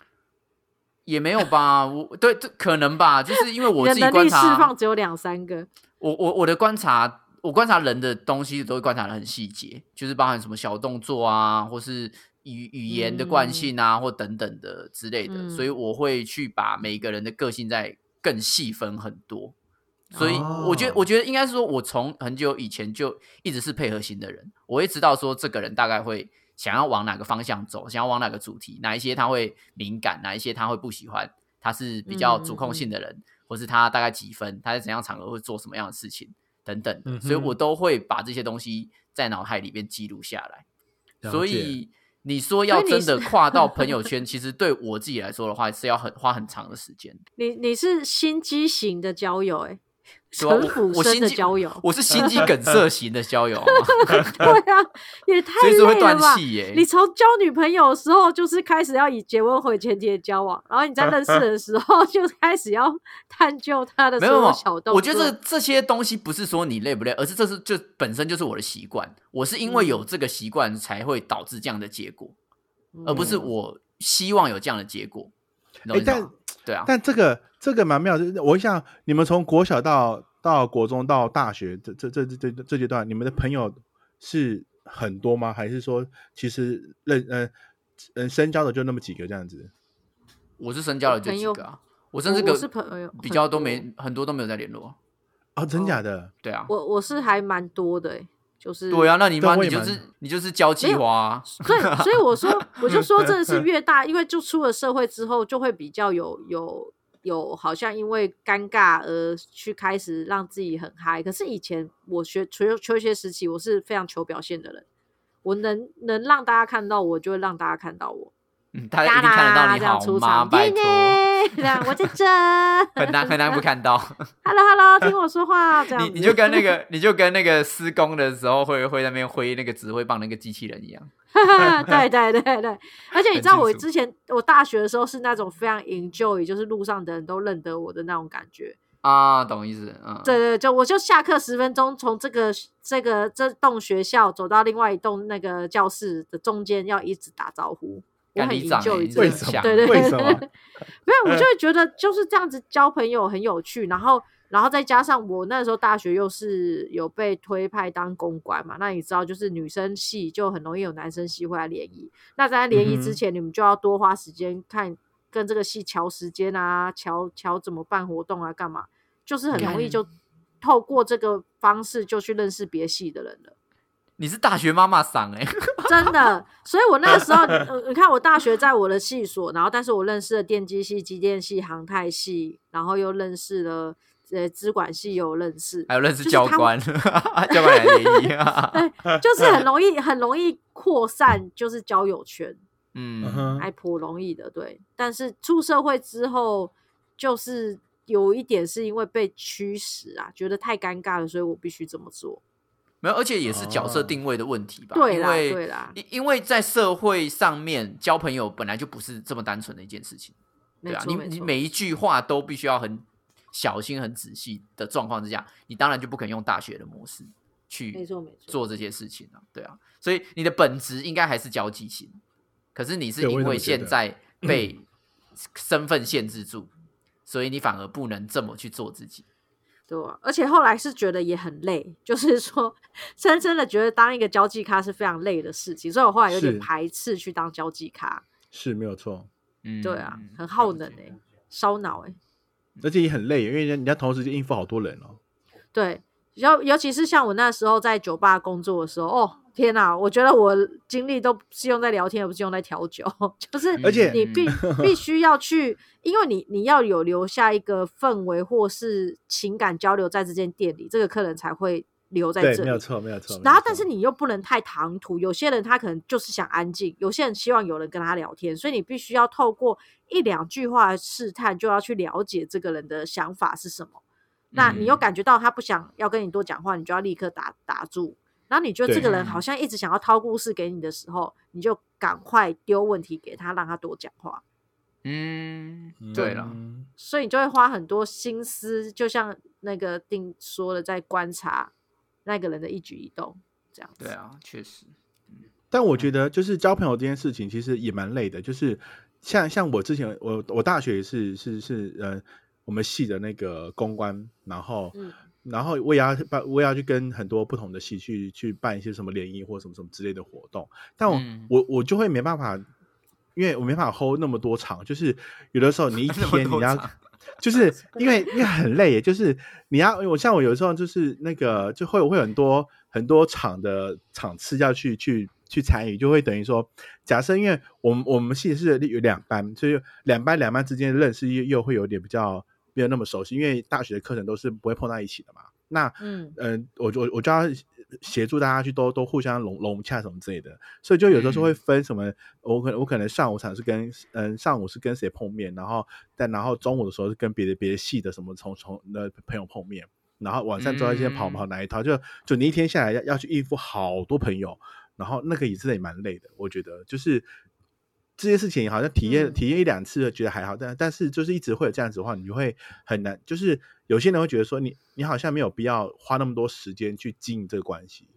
Speaker 3: 也没有吧，我对这可能吧，就是因为我自
Speaker 2: 你
Speaker 3: 己
Speaker 2: 的能
Speaker 3: 观
Speaker 2: 力释放
Speaker 3: 察，
Speaker 2: 只有两三个。
Speaker 3: 我我我的观察，我观察人的东西都会观察的很细节，就是包含什么小动作啊，或是语语言的惯性啊，或等等的之类的，
Speaker 2: 嗯
Speaker 3: 所以我会去把每个人的个性再更细分很多。所以我觉得，
Speaker 1: 哦
Speaker 3: 我觉得应该是说，我从很久以前就一直是配合型的人，我会知道说这个人大概会想要往哪个方向走，想要往哪个主题，哪一些他会敏感，哪一些他会不喜欢，他是
Speaker 2: 嗯
Speaker 3: 比较主控性的人，或是他大概几分，他在怎样场合会做什么样的事情等等的
Speaker 1: 嗯哼
Speaker 3: 所以我都会把这些东西在脑海里面记录下来。
Speaker 1: 了
Speaker 3: 所
Speaker 1: 解
Speaker 3: 以你说要
Speaker 2: 所以你
Speaker 3: 真的跨到朋 友圈，其实对我自己来说的话，是要很花很长的时间。
Speaker 2: 你你是心机型的交友、欸，哎，
Speaker 3: 对啊
Speaker 2: 城
Speaker 3: 我
Speaker 2: 府
Speaker 3: 我
Speaker 2: 深
Speaker 3: 心
Speaker 2: 的
Speaker 3: 机
Speaker 2: 交友，
Speaker 3: 我是心肌梗塞型的交友、啊，
Speaker 2: 对啊，也 太
Speaker 3: 随时会
Speaker 2: 累
Speaker 3: 断
Speaker 2: 了吧！
Speaker 3: 气欸耶、
Speaker 2: 你从交女朋友的时候，就是开始要以结婚为前提的交往，然后你在认识的时候， 就开始要探究他的
Speaker 3: 没
Speaker 2: 所
Speaker 3: 有没
Speaker 2: 有小
Speaker 3: 有，
Speaker 2: 动作。
Speaker 3: 我觉得这这些东西不是说你累不累，而是这是就本身就是我的习惯，我是
Speaker 2: 嗯
Speaker 3: 因为有这个习惯才会导致这样的结果，而呃不是
Speaker 2: 嗯
Speaker 3: 我希望有这样的结果。你懂我意
Speaker 1: 哎
Speaker 3: 思
Speaker 1: 但
Speaker 3: 吗对啊，
Speaker 1: 但这个这个蛮妙的，就是我想你们从国小到到国中到大学这这这这这这阶段，你们的朋友是很多吗？还是说其实认嗯嗯深交的就那么几个这样子？
Speaker 3: 我是深交了这几个、啊，我甚至
Speaker 2: 我
Speaker 3: 个
Speaker 2: 我是朋友
Speaker 3: 比较都
Speaker 2: 很
Speaker 3: 没很多都没有在联络。
Speaker 1: 哦，真假
Speaker 2: 哦
Speaker 1: 的？
Speaker 3: 对啊，
Speaker 2: 我我是还蛮多的、欸，就是
Speaker 3: 对啊，那你妈
Speaker 1: 但我
Speaker 3: 你
Speaker 1: 也
Speaker 3: 就是
Speaker 1: 蛮
Speaker 3: 你就是交际花、啊，
Speaker 2: 所以，所以我说，我就说，真 的是越大，因为就出了社会之后，就会比较有有有，好像因为尴尬而去开始让自己很嗨。可是以前我学求求学时期，我是非常求表现的人，我能能让大家看到我，就会让大家看到我。
Speaker 3: 嗯，大家一定看得到
Speaker 2: 啦，
Speaker 3: 你
Speaker 2: 这样
Speaker 3: 好
Speaker 2: 出
Speaker 3: 吗？
Speaker 2: 场，
Speaker 3: 拜 托，
Speaker 2: 耶这样我在 这
Speaker 3: 很难很难不看到。
Speaker 2: ，hello hello，听我说话，这样
Speaker 3: 你
Speaker 2: 子
Speaker 3: 你就跟那 个你就跟那个施工的时候会会在那边挥那个指挥棒那个机器人一样。
Speaker 2: 对对对对，而且你
Speaker 3: 很
Speaker 2: 知道
Speaker 3: 清
Speaker 2: 我
Speaker 3: 楚
Speaker 2: 之前我大学的时候是那种非常 enjoy，就是路上的人都认得我的那种感觉。
Speaker 3: 啊，懂意思，嗯，
Speaker 2: 对，对，对就我就下课十分钟，从这个这个这栋学校走到另外一栋那个教室的中间，要一直打招呼。我
Speaker 3: 干
Speaker 2: 很
Speaker 3: 你长
Speaker 2: enjoy
Speaker 3: 欸
Speaker 2: 这
Speaker 1: 为
Speaker 2: 个
Speaker 3: 你真的很
Speaker 1: 什么？
Speaker 3: 像
Speaker 2: 对对对
Speaker 1: 为什么？
Speaker 2: 没有，我
Speaker 1: 嗯
Speaker 2: 就会觉得就是这样子交朋友很有趣，然后然后再加上我那时候大学又是有被推派当公关嘛，那你知道就是女生系就很容易有男生系会来联谊，那在联谊
Speaker 1: 嗯哼
Speaker 2: 之前，你们就要多花时间看跟这个系瞧时间啊，瞧瞧怎么办活动啊，干嘛，就是很容易
Speaker 3: 干
Speaker 2: 就透过这个方式就去认识别系的人了。
Speaker 3: 你是大学妈妈桑哎，
Speaker 2: 真的，所以我那个时候，呃你看我大学在我的系所，然后但是我认识了电机系、机电系、航太系，然后又认识了呃资管系，有认 识，
Speaker 3: 还有认识
Speaker 2: 就是
Speaker 3: 教
Speaker 2: 他
Speaker 3: 官， 教官来联谊 啊，
Speaker 2: 就是很容易很容易扩散，就是交友圈，
Speaker 1: 嗯
Speaker 3: 嗯，
Speaker 1: 哼
Speaker 2: 还颇容易的，对。但是出社会之后，就是有一点是因为被驱使啊，觉得太尴尬了，所以我必须这么做。
Speaker 3: 没有，而且也是角色
Speaker 1: 哦
Speaker 3: 定位的问题吧，
Speaker 2: 对
Speaker 3: 因
Speaker 2: 啦，
Speaker 3: 为
Speaker 2: 对啦，
Speaker 3: 因因为在社会上面交朋友本来就不是这么单纯的一件事情，
Speaker 2: 没
Speaker 3: 对啊，
Speaker 2: 错
Speaker 3: 你
Speaker 2: 没
Speaker 3: 你
Speaker 2: 错
Speaker 3: 每一句话都必须要很小心、很仔细的状况之下，你当然就不肯用大学的模式
Speaker 2: 没
Speaker 3: 去
Speaker 2: 错没错，
Speaker 3: 做这些事情啊，对啊，所以你的本质应该还是交际型，可是你是
Speaker 1: 对
Speaker 3: 因
Speaker 1: 我也这么
Speaker 3: 为
Speaker 1: 觉得
Speaker 3: 现在被 身份限制住，所以你反而不能这么去做自己。
Speaker 2: 对啊、而且后来是觉得也很累， 就是说，深深的觉得当一个交际咖是非常累的事情，所以我后来有点
Speaker 1: 是
Speaker 2: 排斥去当交际咖，
Speaker 1: 是没有错，
Speaker 3: 嗯，
Speaker 2: 对啊，很耗能哎、烧脑哎，
Speaker 1: 而且也很累，因为人家同时就应付好多人哦。
Speaker 2: 对，尤尤其是像我那时候在酒吧工作的时候，哦天哪、我觉得我精力都是用在聊天，而不是用在调酒， 就是
Speaker 1: 而且
Speaker 2: 欸你 必必须要去，因为你你要有留下一个氛围或是情感交流在这间店里，这个客人才会留在
Speaker 1: 对，
Speaker 2: 这
Speaker 1: 没
Speaker 2: 里
Speaker 1: 有。错，没有错。
Speaker 2: 然后
Speaker 1: 没有，错
Speaker 2: 但是你又不能太唐突，有些人他可能就是想安静，有些人希望有人跟他聊天，所以你必须要透过一两句话的试探，就要去了解这个人的想法是什么。那你又
Speaker 3: 嗯
Speaker 2: 感觉到他不想要跟你多讲话，你就要立刻打打住。然后你觉得这个
Speaker 1: 对
Speaker 2: 人好像一直想要掏故事给你的时候，你就赶快丢问题给他，让他多讲话。
Speaker 3: 嗯，对了，
Speaker 1: 嗯
Speaker 2: 所以你就会花很多心思，就像那个定说的，在观察那个人的一举一动，这样子。
Speaker 3: 对啊，确实，
Speaker 1: 但我觉得就是交朋友这件事情，其实也蛮累的。就是像像我之前，我我大学也是是是呃，我们系的那个公关，然后、
Speaker 2: 嗯
Speaker 1: 然后我也要办，我也要去跟很多不同的系去去办一些什么联谊或什么什么之类的活动。但我、
Speaker 3: 嗯
Speaker 1: 我我就会没办法，因为我没办法 hold 那么多场，就是有的时候你一
Speaker 3: 那么
Speaker 1: 天
Speaker 3: 多
Speaker 1: 你要
Speaker 3: 场。
Speaker 1: 就是因为因为很累耶，就是你要我像我有时候就是那个就会我会有很多很多场的场次要去去去参与，就会等于说，假设因为我们我们系是有两班，所以两班两班之间的认识又又会有点比较没有那么熟悉，因为大学的课程都是不会碰到一起的嘛。那
Speaker 2: 嗯，
Speaker 1: 嗯，我就我就要协助大家去都都互相融融洽什么之类的，所以就有时候是会分什么，我可能我可能上午场是跟嗯上午是跟谁碰面，然后但然后中午的时候是跟别的别的系的什么从从的朋友碰面，然后晚上之后先跑
Speaker 3: 嗯
Speaker 1: 跑哪一套，就就你一天下来要要去应付好多朋友，然后那个也真的也蛮累的，我觉得就是。这些事情好像体验、
Speaker 2: 嗯
Speaker 1: 体验一两次觉得还好，但但是就是一直会有这样子的话，你会很难。就是有些人会觉得说你你好像没有必要花那么多时间去经营这个关系，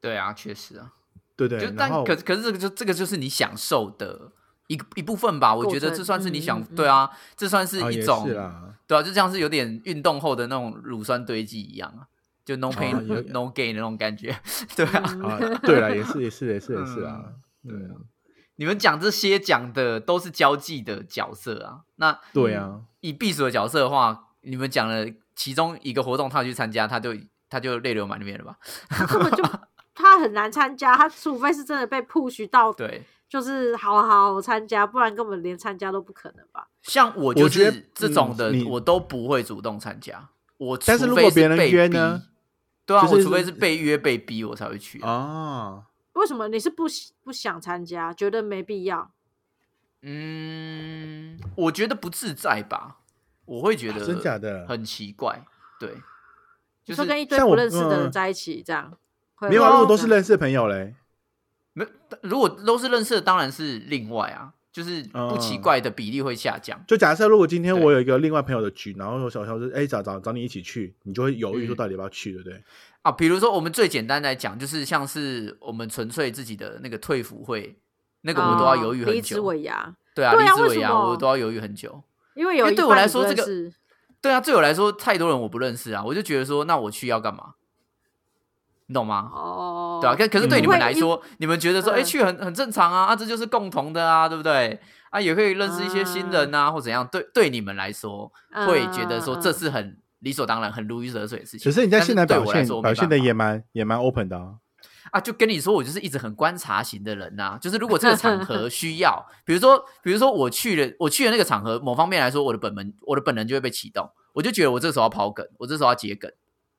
Speaker 3: 对啊，确实啊，
Speaker 1: 对不对
Speaker 3: 就？
Speaker 1: 然
Speaker 3: 但
Speaker 1: 后
Speaker 3: 可可是这个就这个就是你享受的一一部分吧，我觉得
Speaker 2: 过程
Speaker 3: 这算是你想
Speaker 2: 嗯嗯嗯
Speaker 3: 对啊，这算是
Speaker 1: 啊
Speaker 3: 一
Speaker 1: 也
Speaker 3: 种
Speaker 1: 是啦，
Speaker 3: 对啊，就像是有点运动后的那种乳酸堆积一样啊，就 no
Speaker 1: 啊
Speaker 3: pain、
Speaker 1: 有
Speaker 3: no gain 的那种感觉。 对啊，
Speaker 2: 嗯
Speaker 1: 啊，对啦，也是也是也是也是啦，
Speaker 3: 嗯
Speaker 1: 对
Speaker 3: 对
Speaker 1: 啊
Speaker 3: 啊你们讲这些讲的都是交际的角色啊。那
Speaker 1: 对啊，
Speaker 3: 以避暑的角色的话，你们讲了其中一个活动，他有去参加，他就他就泪流满面了吧？
Speaker 2: 他根本 就他很难参加，他除非是真的被 push 到，
Speaker 3: 对，
Speaker 2: 就是好好我参加，不然根本连参加都不可能吧？
Speaker 3: 像我就
Speaker 1: 我觉得
Speaker 3: 是这种的，
Speaker 1: 嗯你
Speaker 3: 我都不会主动参加。我
Speaker 1: 但是
Speaker 3: 除
Speaker 1: 如
Speaker 3: 非
Speaker 1: 果
Speaker 3: 是
Speaker 1: 别人
Speaker 3: 被
Speaker 1: 约
Speaker 3: 逼
Speaker 1: 呢？
Speaker 3: 对啊，
Speaker 1: 就是
Speaker 3: 我除非是被约被逼，我才会去啊。
Speaker 1: 哦，
Speaker 2: 为什么你是不喜不想参加，觉得没必要？
Speaker 3: 嗯，我觉得不自在吧，我会觉得
Speaker 1: 啊真假的
Speaker 3: 很奇怪，对，就是
Speaker 2: 你
Speaker 3: 嗯
Speaker 2: 说跟一堆
Speaker 1: 像
Speaker 2: 不
Speaker 1: 我
Speaker 2: 认识的
Speaker 1: 嗯
Speaker 2: 人在一起这样，会
Speaker 1: 没有啊，如
Speaker 2: 吗
Speaker 1: 果都是认识的朋友嘞，
Speaker 3: 没有如果都是认识的，当然是另外啊，就是不奇
Speaker 1: 嗯
Speaker 3: 怪的比例会下降。
Speaker 1: 就假设如果今天
Speaker 3: 对
Speaker 1: 我有一个另外朋友的局，然后我小乔说，哎，找找找你一起去，你就会犹豫说
Speaker 3: 嗯
Speaker 1: 到底要不要去，对不对？
Speaker 3: 啊，比如说我们最简单来讲，就是像是我们纯粹自己的那个退服会，那个我都要
Speaker 2: 哦
Speaker 3: 犹豫
Speaker 2: 离
Speaker 3: 很
Speaker 2: 子
Speaker 3: 久。
Speaker 2: 尾牙，
Speaker 3: 对啊，
Speaker 2: 对
Speaker 3: 离
Speaker 2: 啊
Speaker 3: 子
Speaker 2: 为
Speaker 3: 尾
Speaker 2: 什
Speaker 3: 牙我
Speaker 2: 么
Speaker 3: 都要犹豫很久。
Speaker 2: 因为有
Speaker 3: 因为
Speaker 2: 一
Speaker 3: 对我
Speaker 2: 半
Speaker 3: 来
Speaker 2: 你
Speaker 3: 说
Speaker 2: 不
Speaker 3: 这个
Speaker 2: 认识
Speaker 3: 对啊，对我来说太多人我不认识啊，我就觉得说那我去要干嘛？你懂吗？
Speaker 2: 哦，
Speaker 3: 对啊，可可是对
Speaker 1: 嗯
Speaker 3: 你们
Speaker 2: 会
Speaker 3: 来
Speaker 2: 因
Speaker 3: 说，你们觉得说，哎、
Speaker 2: 嗯
Speaker 3: 去很很正常啊，啊，这就是共同的啊，对不对？啊，也会认识一些新人啊，或怎样。对，对你们来说，会觉得说
Speaker 2: 嗯嗯
Speaker 3: 这是很理所当然、很如鱼得水的事情。
Speaker 1: 只是你在
Speaker 3: 但
Speaker 1: 现在
Speaker 3: 对
Speaker 1: 表
Speaker 3: 我来
Speaker 1: 现
Speaker 3: 说我没
Speaker 1: 表现的
Speaker 3: 办法
Speaker 1: 也蛮也蛮 open 的啊，
Speaker 3: 啊，就跟你说，我就是一直很观察型的人呐、就是如果这个场 合需要，比如说，比如说我去了，我去了那个场合，某方面来说，我的本能，我的本能就会被启动，我就觉得我这时候要抛梗，我这时候要桔梗，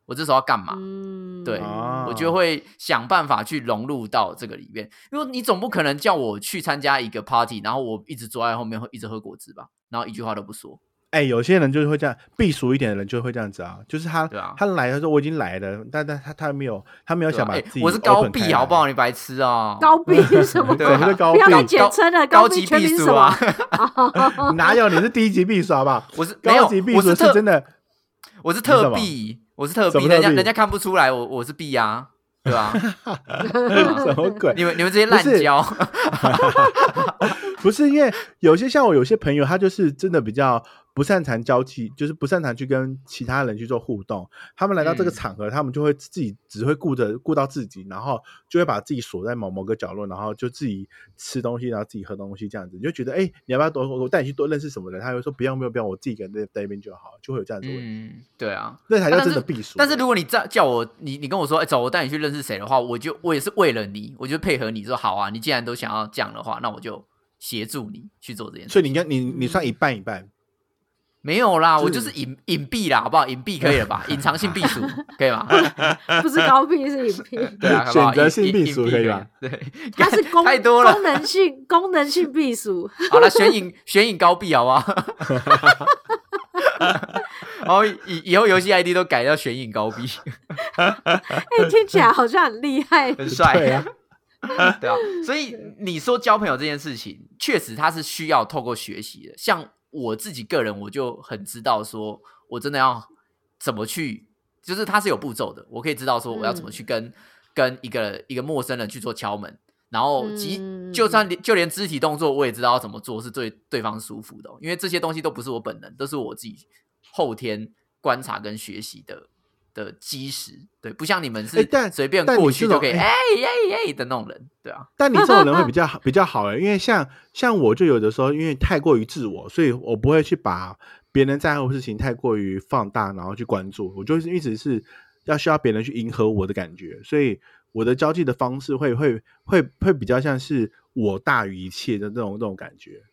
Speaker 3: 我这时候要干嘛？
Speaker 2: 嗯，
Speaker 3: 对
Speaker 1: 啊
Speaker 3: 我就会想办法去融入到这个里面，因为你总不可能叫我去参加一个 party，然后我一直坐在后面喝一直喝果汁吧，然后一句话都不说。
Speaker 1: 哎，有些人就是会这样，避暑一点的人就会这样子啊，就是他、
Speaker 3: 对啊
Speaker 1: 他来的时候我已经来了，但但他他没有他没有
Speaker 3: 对
Speaker 1: 想
Speaker 3: 吧
Speaker 1: 把
Speaker 3: 哎
Speaker 1: 自己、
Speaker 3: 我是高壁好不？好？你白痴啊！
Speaker 2: 高逼是什么？
Speaker 3: 对
Speaker 1: 什么
Speaker 3: 啊
Speaker 1: 是高
Speaker 2: 不要再
Speaker 1: 壁？
Speaker 2: 简称了，
Speaker 3: 高
Speaker 2: 逼
Speaker 3: 级
Speaker 2: 全
Speaker 3: 避
Speaker 2: 名是
Speaker 3: 暑
Speaker 2: 什么
Speaker 3: 啊？！
Speaker 1: 哪有？ 你是低级避暑好不好？
Speaker 3: 我 是没有，
Speaker 1: 高级避
Speaker 3: 我
Speaker 1: 暑
Speaker 3: 是
Speaker 1: 是
Speaker 3: 特
Speaker 1: 真的，
Speaker 3: 我是
Speaker 1: 你
Speaker 3: 特
Speaker 1: 什么
Speaker 3: 币，我是特
Speaker 1: 什
Speaker 3: 币，
Speaker 1: 么
Speaker 3: 人家
Speaker 1: 特币
Speaker 3: 人家看不出来我我是币啊，对 吧、
Speaker 1: 什么鬼？
Speaker 3: 你们你们这些烂
Speaker 1: 不是
Speaker 3: 胶，
Speaker 1: 不是因为有些像我有些朋友，他就是真的比较不擅长交际，就是不擅长去跟其他人去做互动。他们来到这个
Speaker 3: 嗯
Speaker 1: 场合，他们就会自己只会顾着顾到自己，然后就会把自己锁在某某个角落，然后就自己吃东西，然后自己喝东西这样子。你就觉得哎、你要不要多我带你去多认识什么人？他会说不用不用不用，我自己一个人在在那边就好，就会有这样子的问题。
Speaker 3: 嗯，对啊。
Speaker 1: 那才
Speaker 3: 啊
Speaker 1: 叫
Speaker 3: 但
Speaker 1: 真的
Speaker 3: 是
Speaker 1: 避暑。
Speaker 3: 但是如果你叫叫我，你你跟我说，哎、走，我带你去认识谁的话，我就我也是为了你，我就配合你说好啊，你既然都想要这样的话，那我就协助你去做这件事。
Speaker 1: 所以你跟你你算一半一半，
Speaker 3: 没有啦，
Speaker 1: 是
Speaker 3: 我就是隐隐蔽啦，好不好？隐蔽可以了 吧？隐藏性避暑可以吗？
Speaker 2: 不是高逼是影片，
Speaker 3: 对啊，好不好
Speaker 1: 选择
Speaker 3: 隐
Speaker 1: 性
Speaker 3: 隐
Speaker 1: 避
Speaker 3: 隐
Speaker 1: 暑
Speaker 3: 蔽
Speaker 1: 可以
Speaker 3: 以
Speaker 1: 吧？
Speaker 3: 对，
Speaker 2: 它是功
Speaker 3: 太多了
Speaker 2: 功能 性功能性避暑，
Speaker 3: 好了，选影选影高避好不好？然后以以后游戏 ID 都改叫悬影高逼，
Speaker 2: 哎、听起来好像很厉 害。
Speaker 3: 很帅。
Speaker 1: 对啊
Speaker 3: 对啊，所以你说交朋友这件事情，确实它是需要透过学习的。像我自己个人，我就很知道说，我真的要怎么去，就是它是有步骤的，我可以知道说我要怎么去跟、
Speaker 2: 嗯
Speaker 3: 跟一个一个陌生人去做敲门，然后即、
Speaker 2: 嗯
Speaker 3: 就算连就连肢体动作，我也知道要怎么做是对对方舒服的哦、因为这些东西都不是我本能，都是我自己后天观察跟学习的。的基石，对，不像你们是
Speaker 1: 哎但
Speaker 3: 随便
Speaker 1: 但你
Speaker 3: 过去
Speaker 1: 这种
Speaker 3: 就可以，
Speaker 1: 哎
Speaker 3: 哎哎哎的那种人，对啊，
Speaker 1: 但你这种人 会比较好比较好哎、因为像像我就有的时候因为太过于自我，所以我不会去把别人在乎的事情太过于放大，然后去关注。我就是一直是要需要别人去迎合我的感觉，所以我的交际的方式会会会会比较像是我大于一切的那种那种感觉，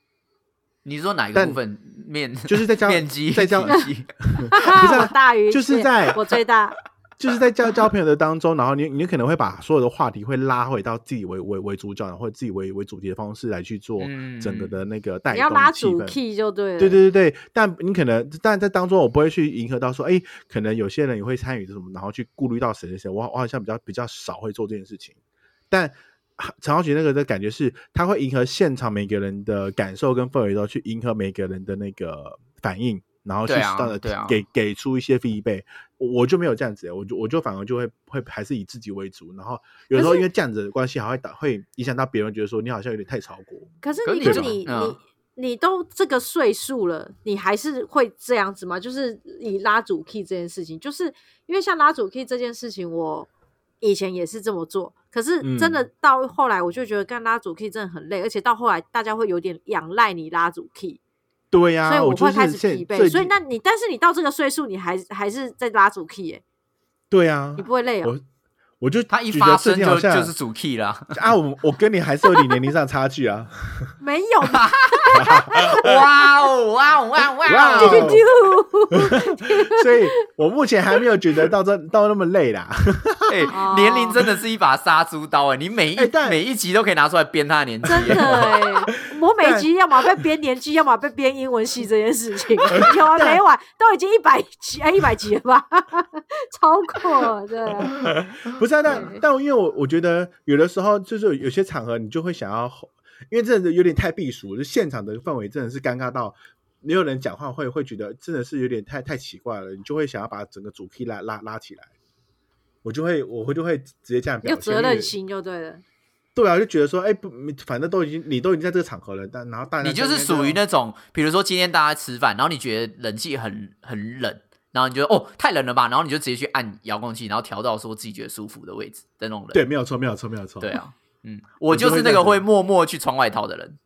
Speaker 3: 你说哪一个
Speaker 1: 但
Speaker 3: 部分面？
Speaker 1: 就是在交
Speaker 3: 面积，
Speaker 1: 在交
Speaker 3: 体 积
Speaker 1: 不是啊
Speaker 2: 我大于一
Speaker 1: 就是
Speaker 2: 切
Speaker 1: 在
Speaker 2: 我最大。
Speaker 1: 就是在交交朋友的当中，然后你你可能会把所有的话题会拉回到自己为为为主角，然后自己为为主题的方式来去做
Speaker 3: 嗯
Speaker 1: 整个的那个带
Speaker 2: 你
Speaker 1: 动
Speaker 2: 要拉
Speaker 1: 气
Speaker 2: 主
Speaker 1: 氛。
Speaker 2: key 就对了。
Speaker 1: 对对对对，但你可能，但在当中我不会去迎合到说，哎，可能有些人也会参与这种，然后去顾虑到谁谁谁，我我好像比较比较少会做这件事情。但啊陈浩群那个的感觉是，他会迎合现场每个人的感受跟氛围，然后去迎合每个人的那个反应，然后去
Speaker 3: 对啊
Speaker 1: 适当的
Speaker 3: 对啊
Speaker 1: 给、给出一些 feedback。我我就没有这样子，我就我就反而就会会还是以自己为主，然后有时候因为这样子的关系，还会打会影响到别人，觉得说你好像有点太超过。
Speaker 2: 可是
Speaker 3: 可
Speaker 2: 你
Speaker 3: 你
Speaker 1: 就
Speaker 2: 你
Speaker 3: 嗯
Speaker 2: 你你都这个岁数了，你还是会这样子吗？就是以拉主 key 这件事情，就是因为像拉主 key 这件事情，我以前也是这么做，可是
Speaker 1: 嗯
Speaker 2: 真的到后来，我就觉得干拉主 key 真的很累，而且到后来大家会有点仰赖你拉主 key，、
Speaker 1: 对呀、
Speaker 2: 所以
Speaker 1: 啊我
Speaker 2: 会
Speaker 1: 就是
Speaker 2: 开始
Speaker 1: 现
Speaker 2: 疲
Speaker 1: 最
Speaker 2: 惫。所以
Speaker 1: 近
Speaker 2: 那你但是你到这个岁数，你还还是在拉主 key 哎、
Speaker 1: 对呀、
Speaker 2: 你不会累哦、
Speaker 1: 我我就
Speaker 3: 他一
Speaker 1: 觉得
Speaker 3: 发
Speaker 1: 最
Speaker 3: 声
Speaker 1: 近好
Speaker 3: 就
Speaker 1: 像
Speaker 3: 就是 主 key 啦。
Speaker 1: 啊，我我跟你还是有点年龄上差距啊。
Speaker 2: 没有，
Speaker 3: 哇哦哇哦哇哦哇
Speaker 1: 哇
Speaker 2: 啾
Speaker 1: 哦
Speaker 3: 哦！
Speaker 2: 啾啾
Speaker 1: 所以我目前还没有觉得到这到那么累啦。
Speaker 2: 哦
Speaker 3: 哎，年龄真的是一把杀猪刀哎，你每一
Speaker 1: 哎但
Speaker 3: 每一集都可以拿出来编他的年纪
Speaker 2: 真的
Speaker 3: 哎。
Speaker 1: 哦
Speaker 2: 哎、我每集要么被编年纪，要么被编英文系这件事 情，有完没完？都已经一百集哎，一百集了吧？ 超过了对啊，
Speaker 1: 不是啊，但
Speaker 2: 对
Speaker 1: 但因为我我觉得有的时候就是有些场合你就会想要，因为真的有点太避暑，就现场的氛围真的是尴尬到没有人讲话会会觉得真的是有点太太奇怪了，你就会想要把整个主 key 拉拉拉起来。我就会，我会就会直接这样表
Speaker 2: 有
Speaker 1: 现，
Speaker 2: 责
Speaker 1: 因为
Speaker 2: 任心就对了。
Speaker 1: 对啊，就觉得说，哎，不，反正都已经你都已经在这个场合了，但然后大家
Speaker 3: 你就是
Speaker 1: 在边
Speaker 3: 属于
Speaker 1: 这样
Speaker 3: 那种，比如说今天大家吃饭，然后你觉得冷气很很冷，然后你觉得哦太冷了吧，然后你就直接去按遥控器，然后调到说自己觉得舒服的位置的那种人。
Speaker 1: 对，没有错，没有错，没有错。
Speaker 3: 对，啊，嗯，我
Speaker 1: 就
Speaker 3: 就
Speaker 1: 会
Speaker 3: 是
Speaker 1: 这
Speaker 3: 那
Speaker 1: 样
Speaker 3: 个
Speaker 1: 子
Speaker 3: 会默默去穿外套的人。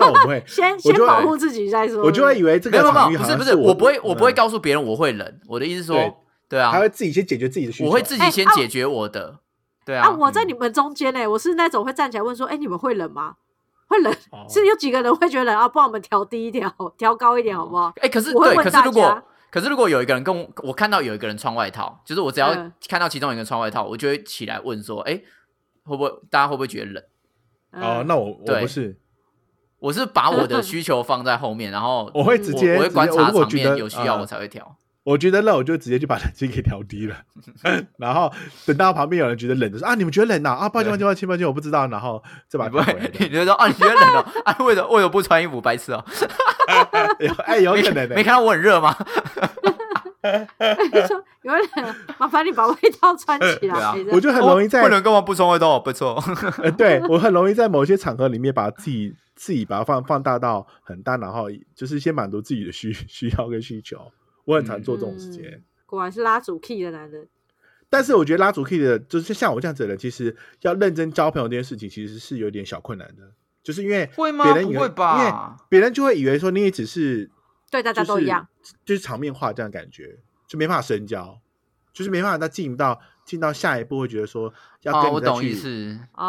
Speaker 1: 那我不 会，
Speaker 2: 先
Speaker 1: 我
Speaker 2: 先
Speaker 1: 就
Speaker 2: 保
Speaker 1: 会
Speaker 2: 护自己再说。
Speaker 1: 我就会以为这
Speaker 3: 没
Speaker 1: 个
Speaker 3: 有
Speaker 1: 场
Speaker 3: 没
Speaker 1: 域
Speaker 3: 有，不
Speaker 1: 好
Speaker 3: 是
Speaker 1: 像
Speaker 3: 不
Speaker 1: 是
Speaker 3: 是，我不会我不会
Speaker 1: 嗯
Speaker 3: 告诉别人我会冷。我的意思是
Speaker 1: 对
Speaker 3: 说，对啊
Speaker 1: 还，会自己先解决自己的需求。
Speaker 3: 我会自己
Speaker 2: 哎
Speaker 3: 先
Speaker 2: 啊
Speaker 3: 解决我的。对
Speaker 2: 啊，
Speaker 3: 啊，
Speaker 2: 我在
Speaker 3: 嗯
Speaker 2: 你们中间呢、我是那种会站起来问说，哎、你们会冷吗？会冷，
Speaker 1: 哦
Speaker 2: 是有几个人会觉得冷啊？帮我们调低一点，好，调高一点好不好？
Speaker 3: 哎，可是
Speaker 2: 我会
Speaker 3: 对，
Speaker 2: 问
Speaker 3: 可是
Speaker 2: 大
Speaker 3: 如果
Speaker 2: 家
Speaker 3: 可是如果有一个人跟我，我看到有一个人穿外套，就是我只要
Speaker 2: 嗯
Speaker 3: 看到其中一个人穿外套，我就会起来问说，哎，会不会大家会不会觉得冷？
Speaker 1: 哦，
Speaker 2: 嗯
Speaker 1: 那我我
Speaker 3: 对
Speaker 1: 不是，
Speaker 3: 我是把我的需求放在后面，然后
Speaker 1: 我会直接
Speaker 3: 我会
Speaker 1: 直接
Speaker 3: 观
Speaker 1: 我
Speaker 3: 察
Speaker 1: 如果
Speaker 3: 场
Speaker 1: 觉得
Speaker 3: 面有需要
Speaker 1: 嗯
Speaker 3: 我才会调。
Speaker 1: 我觉得冷，我就直接就把冷气给调低了， 然后等到旁边有人觉得冷，就说啊，你们觉得冷呐？啊，抱歉抱歉抱歉抱歉，我不知道，然后再把
Speaker 3: 你
Speaker 1: 它
Speaker 3: 不
Speaker 1: 调回
Speaker 3: 会
Speaker 1: 来，
Speaker 3: 你
Speaker 1: 的。
Speaker 3: 就说啊，你觉得冷了？ 啊，为什么为什么不穿衣服？白痴 哦，
Speaker 1: 有 哎，有
Speaker 3: 没
Speaker 1: 可能
Speaker 3: 没
Speaker 1: 的。
Speaker 3: 看到我很热吗？
Speaker 2: 你说有人麻烦你把外套穿 起来，
Speaker 3: 对啊
Speaker 2: 这
Speaker 1: 我就很容易在
Speaker 3: 不能干嘛不穿外套？不错。
Speaker 1: 呃，对我很容易在某些场合里面把自己自己把它放放大到很大，然后就是先满足自己的需 需要跟需求。我很常做这种事情。
Speaker 2: 嗯果然是拉主 key 的男人。
Speaker 1: 但是我觉得拉主 key 的，就是像我这样子的人，其实要认真交朋友这件事情，其实是有点小困难的，就是因为
Speaker 3: 会吗
Speaker 1: 别人以为
Speaker 3: 不会吧
Speaker 1: 因为别人就会以为说你也只是
Speaker 2: 对大家
Speaker 1: 就
Speaker 2: 都
Speaker 1: 是
Speaker 2: 一样。
Speaker 1: 就是场面化这样的感觉，就没办法深交，就是没办法再进到进到下一步，会觉得说要
Speaker 3: 哦，
Speaker 1: 跟、
Speaker 3: 我懂意。思。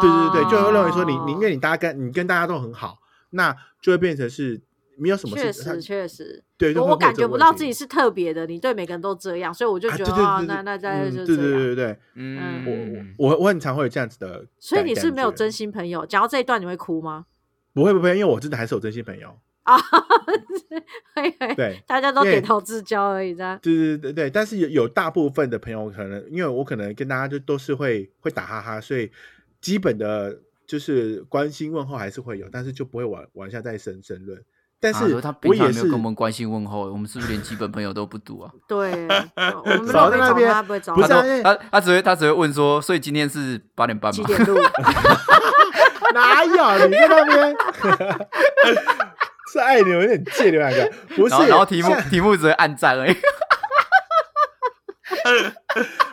Speaker 1: 对对对，就会认为说你
Speaker 2: 哦
Speaker 1: 你因为你大家跟你跟大家都很好，那就会变成是没有什么
Speaker 2: 确
Speaker 1: 事，他
Speaker 2: 实确实，
Speaker 1: 对，就
Speaker 2: 我
Speaker 1: 会
Speaker 2: 我
Speaker 1: 会有
Speaker 2: 感
Speaker 1: 这个
Speaker 2: 觉不
Speaker 1: 问
Speaker 2: 到
Speaker 1: 题
Speaker 2: 自己是特别的，你对每个人都这样，所以我就
Speaker 1: 啊
Speaker 2: 觉
Speaker 1: 对
Speaker 2: 得
Speaker 1: 对
Speaker 2: 啊，
Speaker 1: 对对
Speaker 2: 那那大家
Speaker 1: 嗯对
Speaker 2: 就这
Speaker 1: 对
Speaker 2: 样。
Speaker 1: 对对，
Speaker 3: 嗯，
Speaker 1: 对我我我很常会有这样子的感，
Speaker 2: 所以你是没有
Speaker 1: 感觉
Speaker 2: 真心朋友。讲到这一段，你会哭吗？
Speaker 1: 不会不会，因为我真的还是有真心朋友。
Speaker 2: 啊，嘿嘿
Speaker 1: 对，
Speaker 2: 大家都
Speaker 1: 因为
Speaker 2: 点头之交而已，这样
Speaker 1: 对对对对，但是有有大部分的朋友可能，因为我可能跟大家就都是会会打哈哈，所以基本的就是关心问候还是会有，但是就不会往往下再深深论。但
Speaker 3: 啊
Speaker 1: 是
Speaker 3: 可他
Speaker 1: 我
Speaker 3: 平常
Speaker 1: 也
Speaker 3: 没有
Speaker 1: 是
Speaker 3: 跟我们关心问候，我们是不是连基本朋友都不读啊？
Speaker 2: 对，我们
Speaker 1: 少在
Speaker 2: 都没
Speaker 1: 那
Speaker 2: 找
Speaker 1: 边
Speaker 2: 他，不会找
Speaker 1: 不
Speaker 3: 他
Speaker 2: 他
Speaker 1: 是啊
Speaker 3: 都
Speaker 1: 因为
Speaker 3: 他他只会他只会问说，所以今天是八点半
Speaker 2: 几
Speaker 3: 吗？
Speaker 2: 点录？
Speaker 1: 哪有你在那边？ 是爱你们有点贱，你们两 个不是
Speaker 3: 然后？然后题目
Speaker 1: 现在
Speaker 3: 题目只会按赞而已。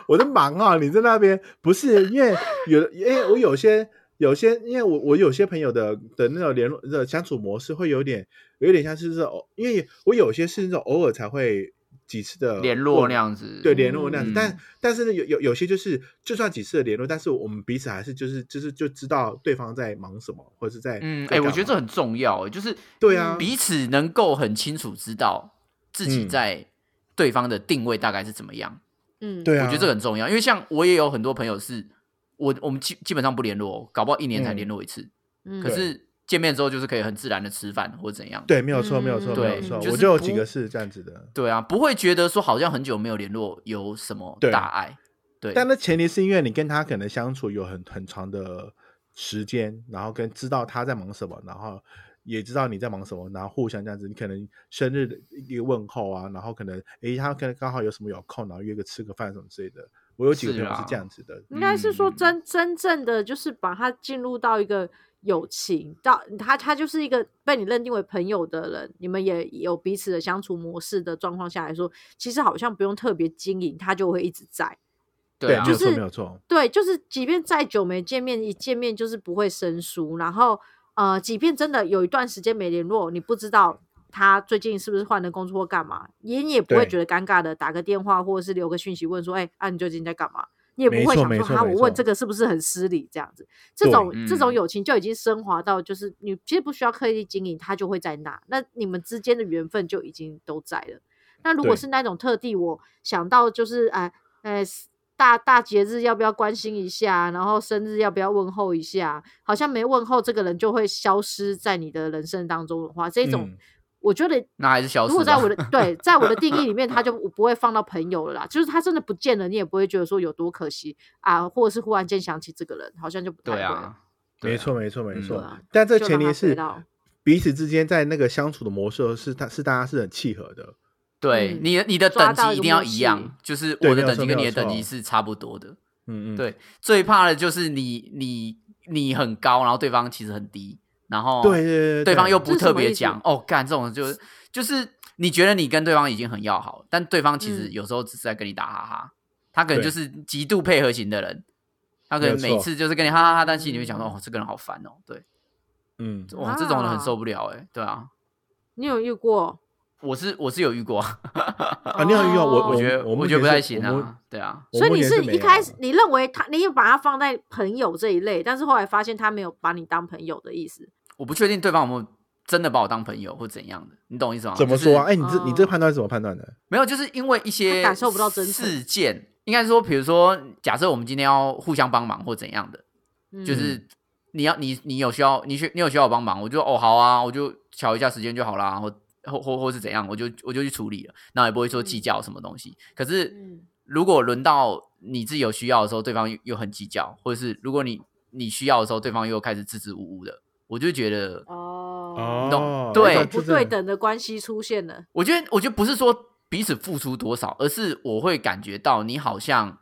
Speaker 1: 我在忙啊，你在那边不是？因为有，因为我有些有些，因为我我有些朋友的的那种联络的相处模式会有点有点像是这种，因为我有些是那种偶尔才会几次 的
Speaker 3: 联络那
Speaker 1: 样，
Speaker 3: 样子，
Speaker 1: 呃对联络那样子，
Speaker 3: 嗯
Speaker 1: 但但是呢，有有有些就是就算几次的联络，但是我们彼此还是就是就是就知道对方在忙什么，或者是在
Speaker 3: 嗯，
Speaker 1: 在
Speaker 3: 哎、我
Speaker 1: 干
Speaker 3: 觉得这
Speaker 1: 嘛
Speaker 3: 很重要，欸就是
Speaker 1: 对啊
Speaker 3: 彼此能够很清楚知道自己
Speaker 1: 嗯
Speaker 3: 在对方的定位大概是怎么样，
Speaker 2: 嗯，
Speaker 1: 对啊，
Speaker 3: 我觉得这个很重要，因为像我也有很多朋友是，我我们基基本上不联络，哦搞不好一年才
Speaker 1: 嗯
Speaker 3: 联络一次，
Speaker 2: 嗯，
Speaker 3: 可是见面之后就是可以很自然的吃饭或者怎样，
Speaker 1: 对，没有错，没有错，
Speaker 2: 嗯
Speaker 1: 没
Speaker 3: 对
Speaker 1: 有错，
Speaker 3: 就是
Speaker 1: 我就有几
Speaker 3: 不
Speaker 1: 个是这样子的。
Speaker 3: 对啊，不会觉得说好像很久没有联络有什么
Speaker 1: 对
Speaker 3: 大碍，对，
Speaker 1: 但那前提是因为你跟他可能相处有很很长的时间，然后跟知道他在忙什么，然后也知道你在忙什么，然后互相这样子，你可能生日的一个问候啊，然后可能诶他可能刚好有什么有空，然后约个吃个饭什么之类的。我有几个
Speaker 3: 是啊
Speaker 1: 朋友是
Speaker 3: 啦
Speaker 1: 这样子的，
Speaker 2: 应该是说
Speaker 3: 嗯
Speaker 2: 真真正的就是把他进入到一个友情，到他他就是一个被你认定为朋友的人，你们也有彼此的相处模式的状况下来说，其实好像不用特别经营，他就会一直在。
Speaker 3: 对啊，
Speaker 1: 没有
Speaker 2: 就是
Speaker 1: 错，没有错，
Speaker 2: 对，就是即便再久没见面，一见面就是不会生疏。然后呃，即便真的有一段时间没联络，你不知道他最近是不是换了工作或干嘛，也你也不会
Speaker 1: 对
Speaker 2: 觉得尴尬的，打个电话或者是留个讯息问说，哎、啊，你最近在干嘛？你也不
Speaker 1: 没
Speaker 2: 会
Speaker 1: 错
Speaker 2: 想
Speaker 1: 没
Speaker 2: 说，
Speaker 1: 错
Speaker 2: 哈，
Speaker 1: 没
Speaker 2: 我问
Speaker 1: 错
Speaker 2: 这个是不是很失礼？这样子，这
Speaker 1: 对
Speaker 2: 种、这种
Speaker 3: 嗯
Speaker 2: 友情就已经升华到，就是你其实不需要刻意经营，他就会在那，那你们之间的缘分就已经都在了。那如果
Speaker 1: 对
Speaker 2: 是那种特地，我想到就是哎哎大大节日要不要关心一下，然后生日要不要问候一下，好像没问候这个人就会消失在你的人生当中的话，这种、
Speaker 1: 嗯
Speaker 2: 我觉得。
Speaker 3: 那还是消失
Speaker 2: 如果
Speaker 3: 吧
Speaker 2: 在我的 对，在我的定义里面，他就不会放到朋友了啦。就是他真的不见了，你也不会觉得说有多可惜啊，或者是忽然间想起这个人，好像就不太
Speaker 3: 对
Speaker 2: 会了。
Speaker 3: 啊，对啊
Speaker 1: 没错，，没错，没
Speaker 3: 嗯
Speaker 1: 错。
Speaker 2: 对啊
Speaker 1: 但这
Speaker 2: 就
Speaker 1: 前
Speaker 2: 让
Speaker 1: 提
Speaker 2: 他
Speaker 1: 是
Speaker 2: 知道
Speaker 1: 彼此之间在那个相处的模式是，他是大家是很契合的。
Speaker 3: 对
Speaker 2: 嗯
Speaker 3: 你的你的
Speaker 2: 抓
Speaker 3: 等级
Speaker 2: 到一
Speaker 3: 一
Speaker 2: 个
Speaker 3: 定要
Speaker 2: 默
Speaker 3: 一
Speaker 2: 契
Speaker 3: 样，就是
Speaker 1: 对
Speaker 3: 我的
Speaker 1: 没有
Speaker 3: 等
Speaker 1: 错
Speaker 3: 级跟
Speaker 1: 没
Speaker 3: 你
Speaker 1: 有
Speaker 3: 的等级
Speaker 1: 错
Speaker 3: 是差不多的。
Speaker 1: 嗯嗯，
Speaker 3: 对，最怕的就是你你你很高，然后对方其实很低，然后
Speaker 1: 对对对对
Speaker 3: 对方又
Speaker 2: 这
Speaker 3: 不
Speaker 2: 是
Speaker 3: 特
Speaker 2: 什么
Speaker 3: 别
Speaker 2: 意思
Speaker 3: 讲哦，干这种就就是你觉得你跟对方已经很要好，但对方其实
Speaker 2: 嗯
Speaker 3: 有时候只是在跟你打哈哈，他可能就
Speaker 1: 对
Speaker 3: 是极度配合型的人，他可
Speaker 1: 没有
Speaker 3: 能每
Speaker 1: 错
Speaker 3: 次就是跟你哈哈哈，但心里会想说哦，这个人好烦哦，对，
Speaker 1: 嗯，
Speaker 3: 哇，这种人很
Speaker 2: 啊
Speaker 3: 受不了哎，对啊，
Speaker 2: 你有遇过？
Speaker 3: 我是我是有遇过，
Speaker 1: 啊你有遇到我
Speaker 3: 我
Speaker 2: 哦
Speaker 3: 觉得
Speaker 1: 我目
Speaker 3: 觉得
Speaker 1: 前
Speaker 3: 不太
Speaker 1: 是
Speaker 3: 行
Speaker 1: 我目
Speaker 3: 啊，对啊，
Speaker 1: 我
Speaker 2: 所以
Speaker 1: 目
Speaker 2: 你
Speaker 1: 前
Speaker 2: 是
Speaker 1: 没
Speaker 2: 一
Speaker 1: 有
Speaker 2: 开始你认为他，你有把他放在朋友这一类，但是后来发现他没有把你当朋友的意思。
Speaker 3: 我不确定对方有没有真的把我当朋友或怎样的，你懂我意思吗？
Speaker 1: 怎么
Speaker 3: 就是
Speaker 1: 说啊？哎，你这你这
Speaker 2: 哦
Speaker 1: 判断是怎么判断的？
Speaker 3: 没有，就是因为一些
Speaker 2: 他感受不到真诚
Speaker 3: 事件，应该说，比如说，假设我们今天要互相帮忙或怎样的，
Speaker 2: 嗯、
Speaker 3: 就是你要你你有需要你需你有需要我帮忙，我就哦好啊，我就瞧一下时间就好啦，或或或或是怎样，我就我就去处理了，那也不会说计较什么东西。可是
Speaker 2: 嗯
Speaker 3: 如果轮到你自己有需要的时候，对方又又很计较，或者是如果你你需要的时候，对方又开始支支吾吾的，我就觉得
Speaker 2: 哦，
Speaker 3: 懂
Speaker 2: 有
Speaker 3: 对
Speaker 2: 种
Speaker 1: 那
Speaker 2: 不
Speaker 1: 哎这真的
Speaker 2: 对等的关系出现了。
Speaker 3: 我觉得，我觉得不是说彼此付出多少，而是我会感觉到你好像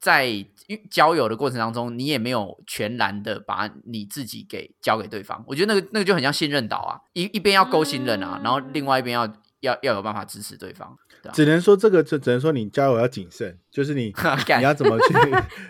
Speaker 3: 在交友的过程当中，你也没有全然的把你自己给交给对方。我觉得那个那个就很像信任岛啊，一一边要勾信任啊，
Speaker 2: 嗯
Speaker 3: 然后另外一边要要要有办法支持对方。
Speaker 1: 只能说这个就只能说你交友要谨慎，就 是你
Speaker 3: 啊干
Speaker 1: 你要怎么 去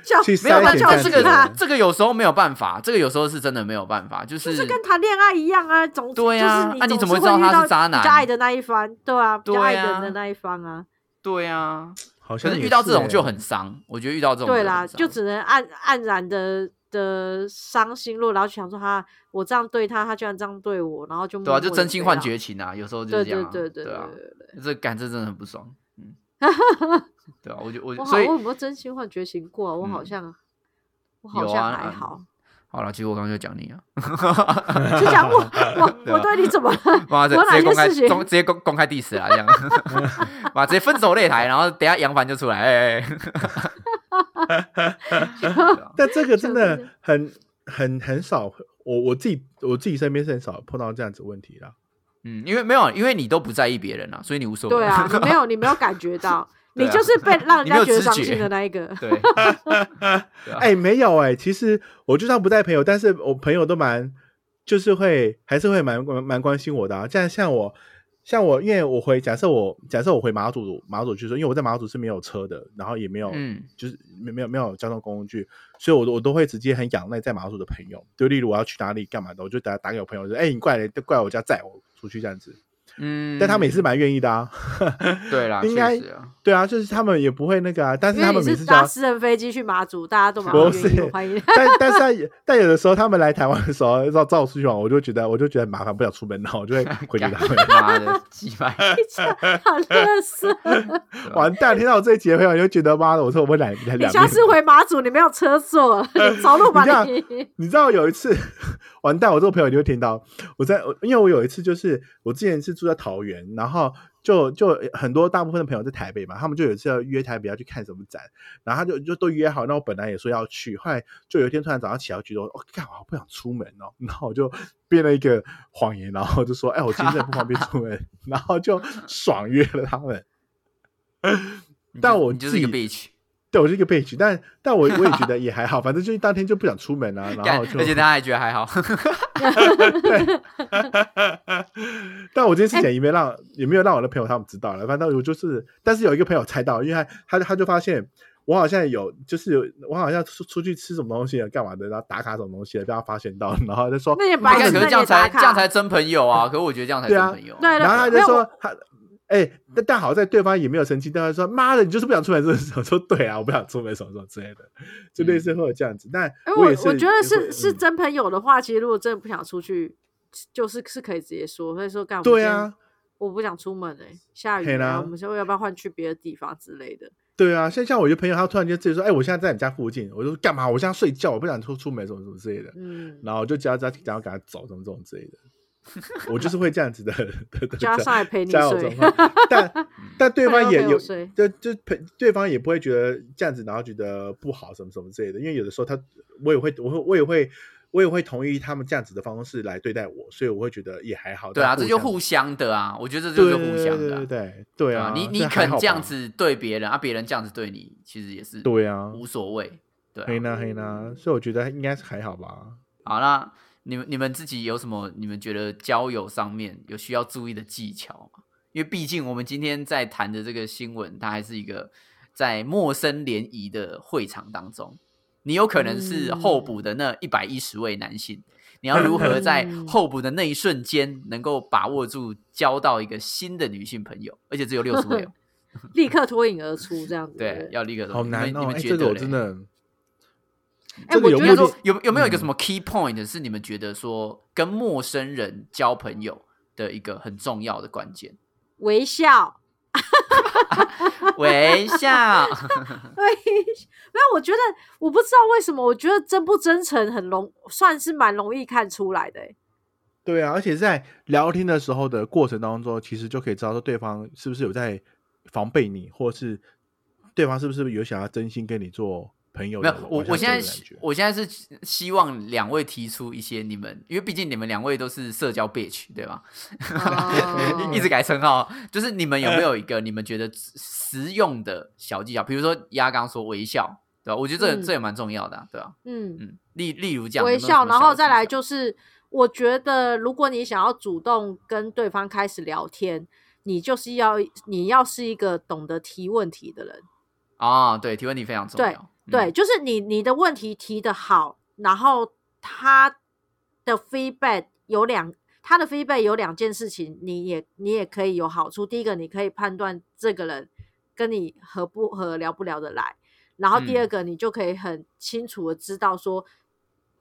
Speaker 2: 叫
Speaker 1: 去
Speaker 3: 没有
Speaker 1: 筛
Speaker 3: 办
Speaker 1: 选
Speaker 2: 那
Speaker 3: 法，
Speaker 1: 这
Speaker 2: 叫
Speaker 3: 这
Speaker 1: 样子
Speaker 2: 是他
Speaker 3: 个
Speaker 1: 的
Speaker 3: 这个有时候没有办法，这个有时候是真的没有办法，就是
Speaker 2: 就是跟谈恋爱一样啊，总
Speaker 3: 对啊
Speaker 2: 就是
Speaker 3: 啊你
Speaker 2: 你
Speaker 3: 怎
Speaker 2: 总
Speaker 3: 么
Speaker 2: 是
Speaker 3: 知道
Speaker 2: 会遇
Speaker 3: 他是
Speaker 2: 到
Speaker 3: 渣男
Speaker 2: 比较爱的那一方，对啊，比较
Speaker 3: 对
Speaker 2: 爱
Speaker 3: 啊
Speaker 2: 人的那一方啊，
Speaker 3: 对啊，
Speaker 1: 好
Speaker 3: 可
Speaker 1: 像
Speaker 3: 是
Speaker 1: 也
Speaker 3: 遇到这种
Speaker 1: 欸
Speaker 3: 就很伤。我觉得遇到这种
Speaker 2: 对
Speaker 3: 就
Speaker 2: 啦，
Speaker 3: 很伤
Speaker 2: 就只能黯黯然的的伤心落，然后想说哈，我这样对他，他居然这样对我，然后就
Speaker 3: 对啊，
Speaker 2: 默
Speaker 3: 就
Speaker 2: 默地
Speaker 3: 真心
Speaker 2: 这
Speaker 3: 换
Speaker 2: 样
Speaker 3: 绝情啊，有时候就是
Speaker 2: 对
Speaker 3: 这样
Speaker 2: 对
Speaker 3: 啊、
Speaker 2: 对对
Speaker 3: 啊。
Speaker 2: 对对
Speaker 3: 这感这真的很不爽，嗯，对啊， 我就我
Speaker 2: 我好，
Speaker 3: 所以
Speaker 2: 我有没有真心换觉醒过啊？我好
Speaker 3: 嗯
Speaker 2: 像，我
Speaker 3: 有
Speaker 2: 好像
Speaker 3: 啊
Speaker 2: 还
Speaker 3: 嗯
Speaker 2: 好。
Speaker 3: 好了，其实我刚刚就讲你啊，
Speaker 2: 就讲我 我我
Speaker 3: 啊
Speaker 2: 对你怎么了？
Speaker 3: 妈的，
Speaker 2: 我
Speaker 3: 直
Speaker 2: 哪
Speaker 3: 接公
Speaker 2: 些
Speaker 3: 开
Speaker 2: 事情
Speaker 3: 公直接公公开 diss 啊啦，这样， 妈直接分手擂台，然后等一下杨凡就出来，哎、欸，
Speaker 1: 但这个真
Speaker 2: 真
Speaker 1: 的
Speaker 2: 的
Speaker 1: 很很很少，我我自己我自己身边是很少碰到这样子的问题啦。
Speaker 3: 嗯，因为没有，因为你都不在意别人啊，所以你无所谓，
Speaker 2: 对啊，你没有你没有感 觉到，
Speaker 3: 对
Speaker 2: 你
Speaker 3: 啊
Speaker 2: 就是被让人
Speaker 3: 你没
Speaker 2: 家
Speaker 3: 有
Speaker 2: 觉得
Speaker 3: 知
Speaker 2: 伤
Speaker 3: 觉
Speaker 2: 心的那一个。
Speaker 3: 对， 对啊
Speaker 1: 哎、没有哎、其实我就算不带朋友，但是我朋友都蛮，就是会还是会蛮蛮蛮关心我的、啊。像像我像我，因为我回假设我假设我回马祖马祖去说，因为我在马祖是没有车的，然后也没有、
Speaker 3: 嗯
Speaker 1: 就是没没有没有交通工具，所以我都我都会直接很仰赖在马祖的朋友。就例如我要去哪里干嘛的，我就打打给我朋友说，哎、你过来过来我家载我出去这样子。
Speaker 3: 嗯，
Speaker 1: 但他们也是蛮愿意的啊。
Speaker 3: 对啦，
Speaker 1: 应该
Speaker 3: 确实啊，
Speaker 1: 对啊，就是他们也不会那个啊，但是
Speaker 2: 因为
Speaker 1: 他们
Speaker 2: 你
Speaker 1: 每
Speaker 2: 是
Speaker 1: 次都要
Speaker 2: 搭私人飞机去马祖，大家都蛮
Speaker 1: 不
Speaker 2: 愿意
Speaker 1: 是
Speaker 2: 我 欢迎。
Speaker 1: 但但是他也但有的时候他们来台湾的时候，要照我出去玩，我就觉得我就觉得很麻烦，不想出门，然后我就会回给 他们。
Speaker 3: 妈的，鸡 掰，
Speaker 2: 好乐色！
Speaker 3: 对吧
Speaker 1: 完蛋，听到我这一集的朋友就觉得妈的，我说我们来来
Speaker 2: 你
Speaker 1: 两
Speaker 2: 下
Speaker 1: 面
Speaker 2: 次回马祖，你没有 车坐，你着陆吧
Speaker 1: 你
Speaker 2: 你。
Speaker 1: 你知道有一次， 完蛋，我这个朋友就会听到我在，我因为我有一次就是我之前是住在桃园，然后就就很多大部分的朋友在台北嘛，他们就有一次要约台北要去看什么展，然后他就就都约好，那我本来也说要去，后来就有一天突然早上起来我觉得，哦，干嘛我不想出门哦，然后我就编了一个谎言，然后就说，哎，我今天真的不方便出门，然后就爽约了他们。
Speaker 3: 你就
Speaker 1: 但我
Speaker 3: 你就是一个
Speaker 1: 自己
Speaker 3: bitch，
Speaker 1: 对，我是一个备取，但但我我也觉得也还好，反正就是当天就不想出门啊，然
Speaker 3: 干
Speaker 1: 后就
Speaker 3: 而且他还觉得还 好，
Speaker 1: 但我这件
Speaker 2: 哎
Speaker 1: 事情也没让、也没有让我的朋友他们知道了，反正我就是，但是有一个朋友猜到，因为他他他就发现我好像有，就是有我好像出出去吃什么东西了干嘛的，然后打卡什么东西了，被他发现到，然后他就说，
Speaker 2: 那也
Speaker 3: 大
Speaker 2: 白
Speaker 3: 概
Speaker 2: 痴，啊
Speaker 3: 可
Speaker 2: 那
Speaker 3: 是
Speaker 2: 你
Speaker 3: 这样
Speaker 2: 也打
Speaker 3: 才这样
Speaker 2: 卡
Speaker 3: 才。真朋友啊，可是我觉得这样才
Speaker 1: 对
Speaker 3: 真
Speaker 1: 啊
Speaker 3: 朋友，
Speaker 2: 对
Speaker 1: 然后他就
Speaker 2: 没有
Speaker 1: 说
Speaker 2: 我
Speaker 1: 他，哎、但但好在对方也没有生气，但他说妈的，你就是不想出门，这是 我说对啊，我不想出门什么什么之类的，就类似会有这样子，但
Speaker 2: 因嗯哎为我
Speaker 1: 也是，
Speaker 2: 我觉得是是
Speaker 1: 嗯
Speaker 2: 真朋友的话，其实如果真的不想出去，就是是可以直接说，所以说干我们
Speaker 1: 对
Speaker 2: 今
Speaker 1: 啊
Speaker 2: 天，我不想出门哎、下雨
Speaker 1: 嘿
Speaker 2: 啊，
Speaker 1: 啦
Speaker 2: 我们说要不要换去别的地方之类的。
Speaker 1: 对啊，像像我一个朋友，他突然间自己说：“哎、我现在在你家附近。”我就说：“干嘛？我现在睡觉，我不想出出门，什么什么之类的。
Speaker 2: 嗯”，
Speaker 1: 然后我就叫他讲要赶他走，什么这种之类的。我就是会这样子的，的的
Speaker 2: 叫他上来陪你
Speaker 1: 加油
Speaker 2: 睡啊
Speaker 1: 状，况，但但对方也
Speaker 2: 陪我
Speaker 1: 有，
Speaker 2: 睡
Speaker 1: 就就陪对方也不会觉得这样子，然后觉得不好什么什么之类的。因为有的时候他，我也会，我会，我也会，我也会同意他们这样子的方式来对待我，所以我会觉得也还好。
Speaker 3: 对啊，
Speaker 1: 但
Speaker 3: 这就
Speaker 1: 相
Speaker 3: 互相的啊，我觉得这
Speaker 1: 对
Speaker 3: 就是互相
Speaker 1: 对
Speaker 3: 的啊
Speaker 1: 对，对对
Speaker 3: 对
Speaker 1: 啊
Speaker 3: 啊，，你你
Speaker 1: 这还
Speaker 3: 肯
Speaker 1: 好
Speaker 3: 这样
Speaker 1: 吧，
Speaker 3: 子对别人啊，别人这样子对你，其实也是
Speaker 1: 对啊，
Speaker 3: 无所谓，对啊
Speaker 1: 黑呢黑呢，所以我觉得应该是还好吧。
Speaker 3: 好，那你们你们自己有什么你们觉得交友上面有需要注意的技巧吗？因为毕竟我们今天在谈的这个新闻，它还是一个在陌生联谊的会场当中，你有可能是候补的那一百一十位男性，你要如何在
Speaker 2: 嗯
Speaker 3: 候补的那一瞬间能够把握住交到一个新的女性朋友，而且只有六十位哦，
Speaker 2: 立刻脱颖而出这样子。
Speaker 3: 对，要立刻
Speaker 1: 好难
Speaker 3: 你们
Speaker 1: 哦，
Speaker 3: 你们
Speaker 1: 哎，
Speaker 3: 觉
Speaker 1: 这
Speaker 3: 得
Speaker 1: 个我
Speaker 3: 嘞
Speaker 1: 真的，
Speaker 2: 哎、
Speaker 1: 这个
Speaker 2: 我
Speaker 1: 有
Speaker 2: 觉
Speaker 1: 目
Speaker 2: 得
Speaker 1: 的
Speaker 2: 如
Speaker 1: 性
Speaker 3: 有有没有一个
Speaker 2: 嗯
Speaker 3: 什么 key point 是你们觉得说跟陌生人交朋友的一个很重要的关 键？
Speaker 2: 微笑，
Speaker 3: 微 笑，嗯
Speaker 2: 对，没有，我觉得我不知道为什么，我觉得真不真诚很容，算是蛮容易看出来的欸、
Speaker 1: 对啊，而且在聊天的时候的过程当中，其实就可以知道说对方是不是有在防备你，或是对方是不是有想要真心跟你做朋友
Speaker 3: 没
Speaker 1: 的
Speaker 3: 有
Speaker 1: 往
Speaker 3: 我
Speaker 1: 下走的感觉。
Speaker 3: 我现在是我现在是希望两位提出一些你们，因为毕竟你们两位都是社交 bitch 对吧？
Speaker 2: 哦
Speaker 3: 一直改称号，就是你们有没有一个你们觉得实用的小技巧？比如说鸭刚说微笑，对吧？我觉得这、
Speaker 2: 嗯
Speaker 3: 这也蛮重要的啊、对吧、
Speaker 2: 嗯，
Speaker 3: 嗯，例例如这样
Speaker 2: 微
Speaker 3: 有没有什
Speaker 2: 笑，
Speaker 3: 么
Speaker 2: 然
Speaker 3: 小
Speaker 2: 后再
Speaker 3: 技
Speaker 2: 来
Speaker 3: 巧
Speaker 2: 就是，我觉得如果你想要主动跟对方开始聊天，你就是要你要是一个懂得提问题的人，
Speaker 3: 啊、对，提问题非常重要。
Speaker 2: 对对，
Speaker 3: 嗯，
Speaker 2: 就是你你的问题提的好，然后他的 feedback 有两。他的 feedback 有两件事情，你也你也可以有好处。第一个，你可以判断这个人跟你合不合、聊不聊得来；然后第二
Speaker 3: 嗯
Speaker 2: 个，你就可以很清楚的知道说，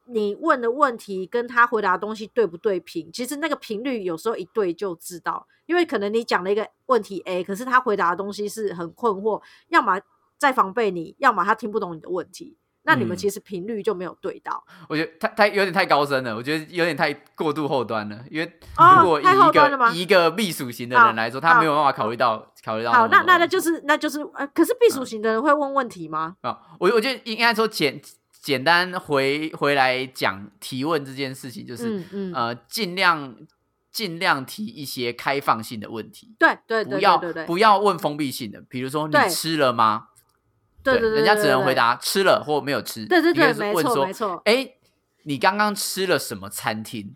Speaker 2: 你问的问题跟他回答的东西对不对频。其实那个频率有时候一对就知道，因为可能你讲了一个问题 A，可是他回答的东西是很困惑，要么在防备你，要么他听不懂你的问题。那你们
Speaker 1: 嗯
Speaker 2: 其实频率就没有对到。
Speaker 3: 我觉得太太有点太高深了，我觉得有点太过度后端了，因为
Speaker 2: 哦
Speaker 3: 如果以
Speaker 2: 太
Speaker 3: 一
Speaker 2: 后端
Speaker 3: 个、
Speaker 2: 了吗
Speaker 3: 以一个避暑型的人来说，他
Speaker 2: 好
Speaker 3: 没有办法考虑到考虑到
Speaker 2: 好，那
Speaker 3: 么
Speaker 2: 那
Speaker 3: 多
Speaker 2: 那就是那就是呃，可是避暑型的人会问问题吗？
Speaker 3: 啊，我我觉得应该说简简单回回来讲提问这件事情，就是、
Speaker 2: 嗯嗯，
Speaker 3: 呃尽量尽量提一些开放性的问题，
Speaker 2: 对对对
Speaker 3: 不
Speaker 2: 对
Speaker 3: 要
Speaker 2: 对对，
Speaker 3: 不要问封闭性的，比如说你
Speaker 2: 对
Speaker 3: 吃了吗？
Speaker 2: 对对对，
Speaker 3: 人家
Speaker 2: 对
Speaker 3: 只能回，答
Speaker 2: 对
Speaker 3: 吃了或没有吃，
Speaker 2: 对对
Speaker 3: 你可以
Speaker 2: 对，没
Speaker 3: 问
Speaker 2: 错
Speaker 3: 说
Speaker 2: 没错，
Speaker 3: 哎，你刚刚吃了什么餐厅？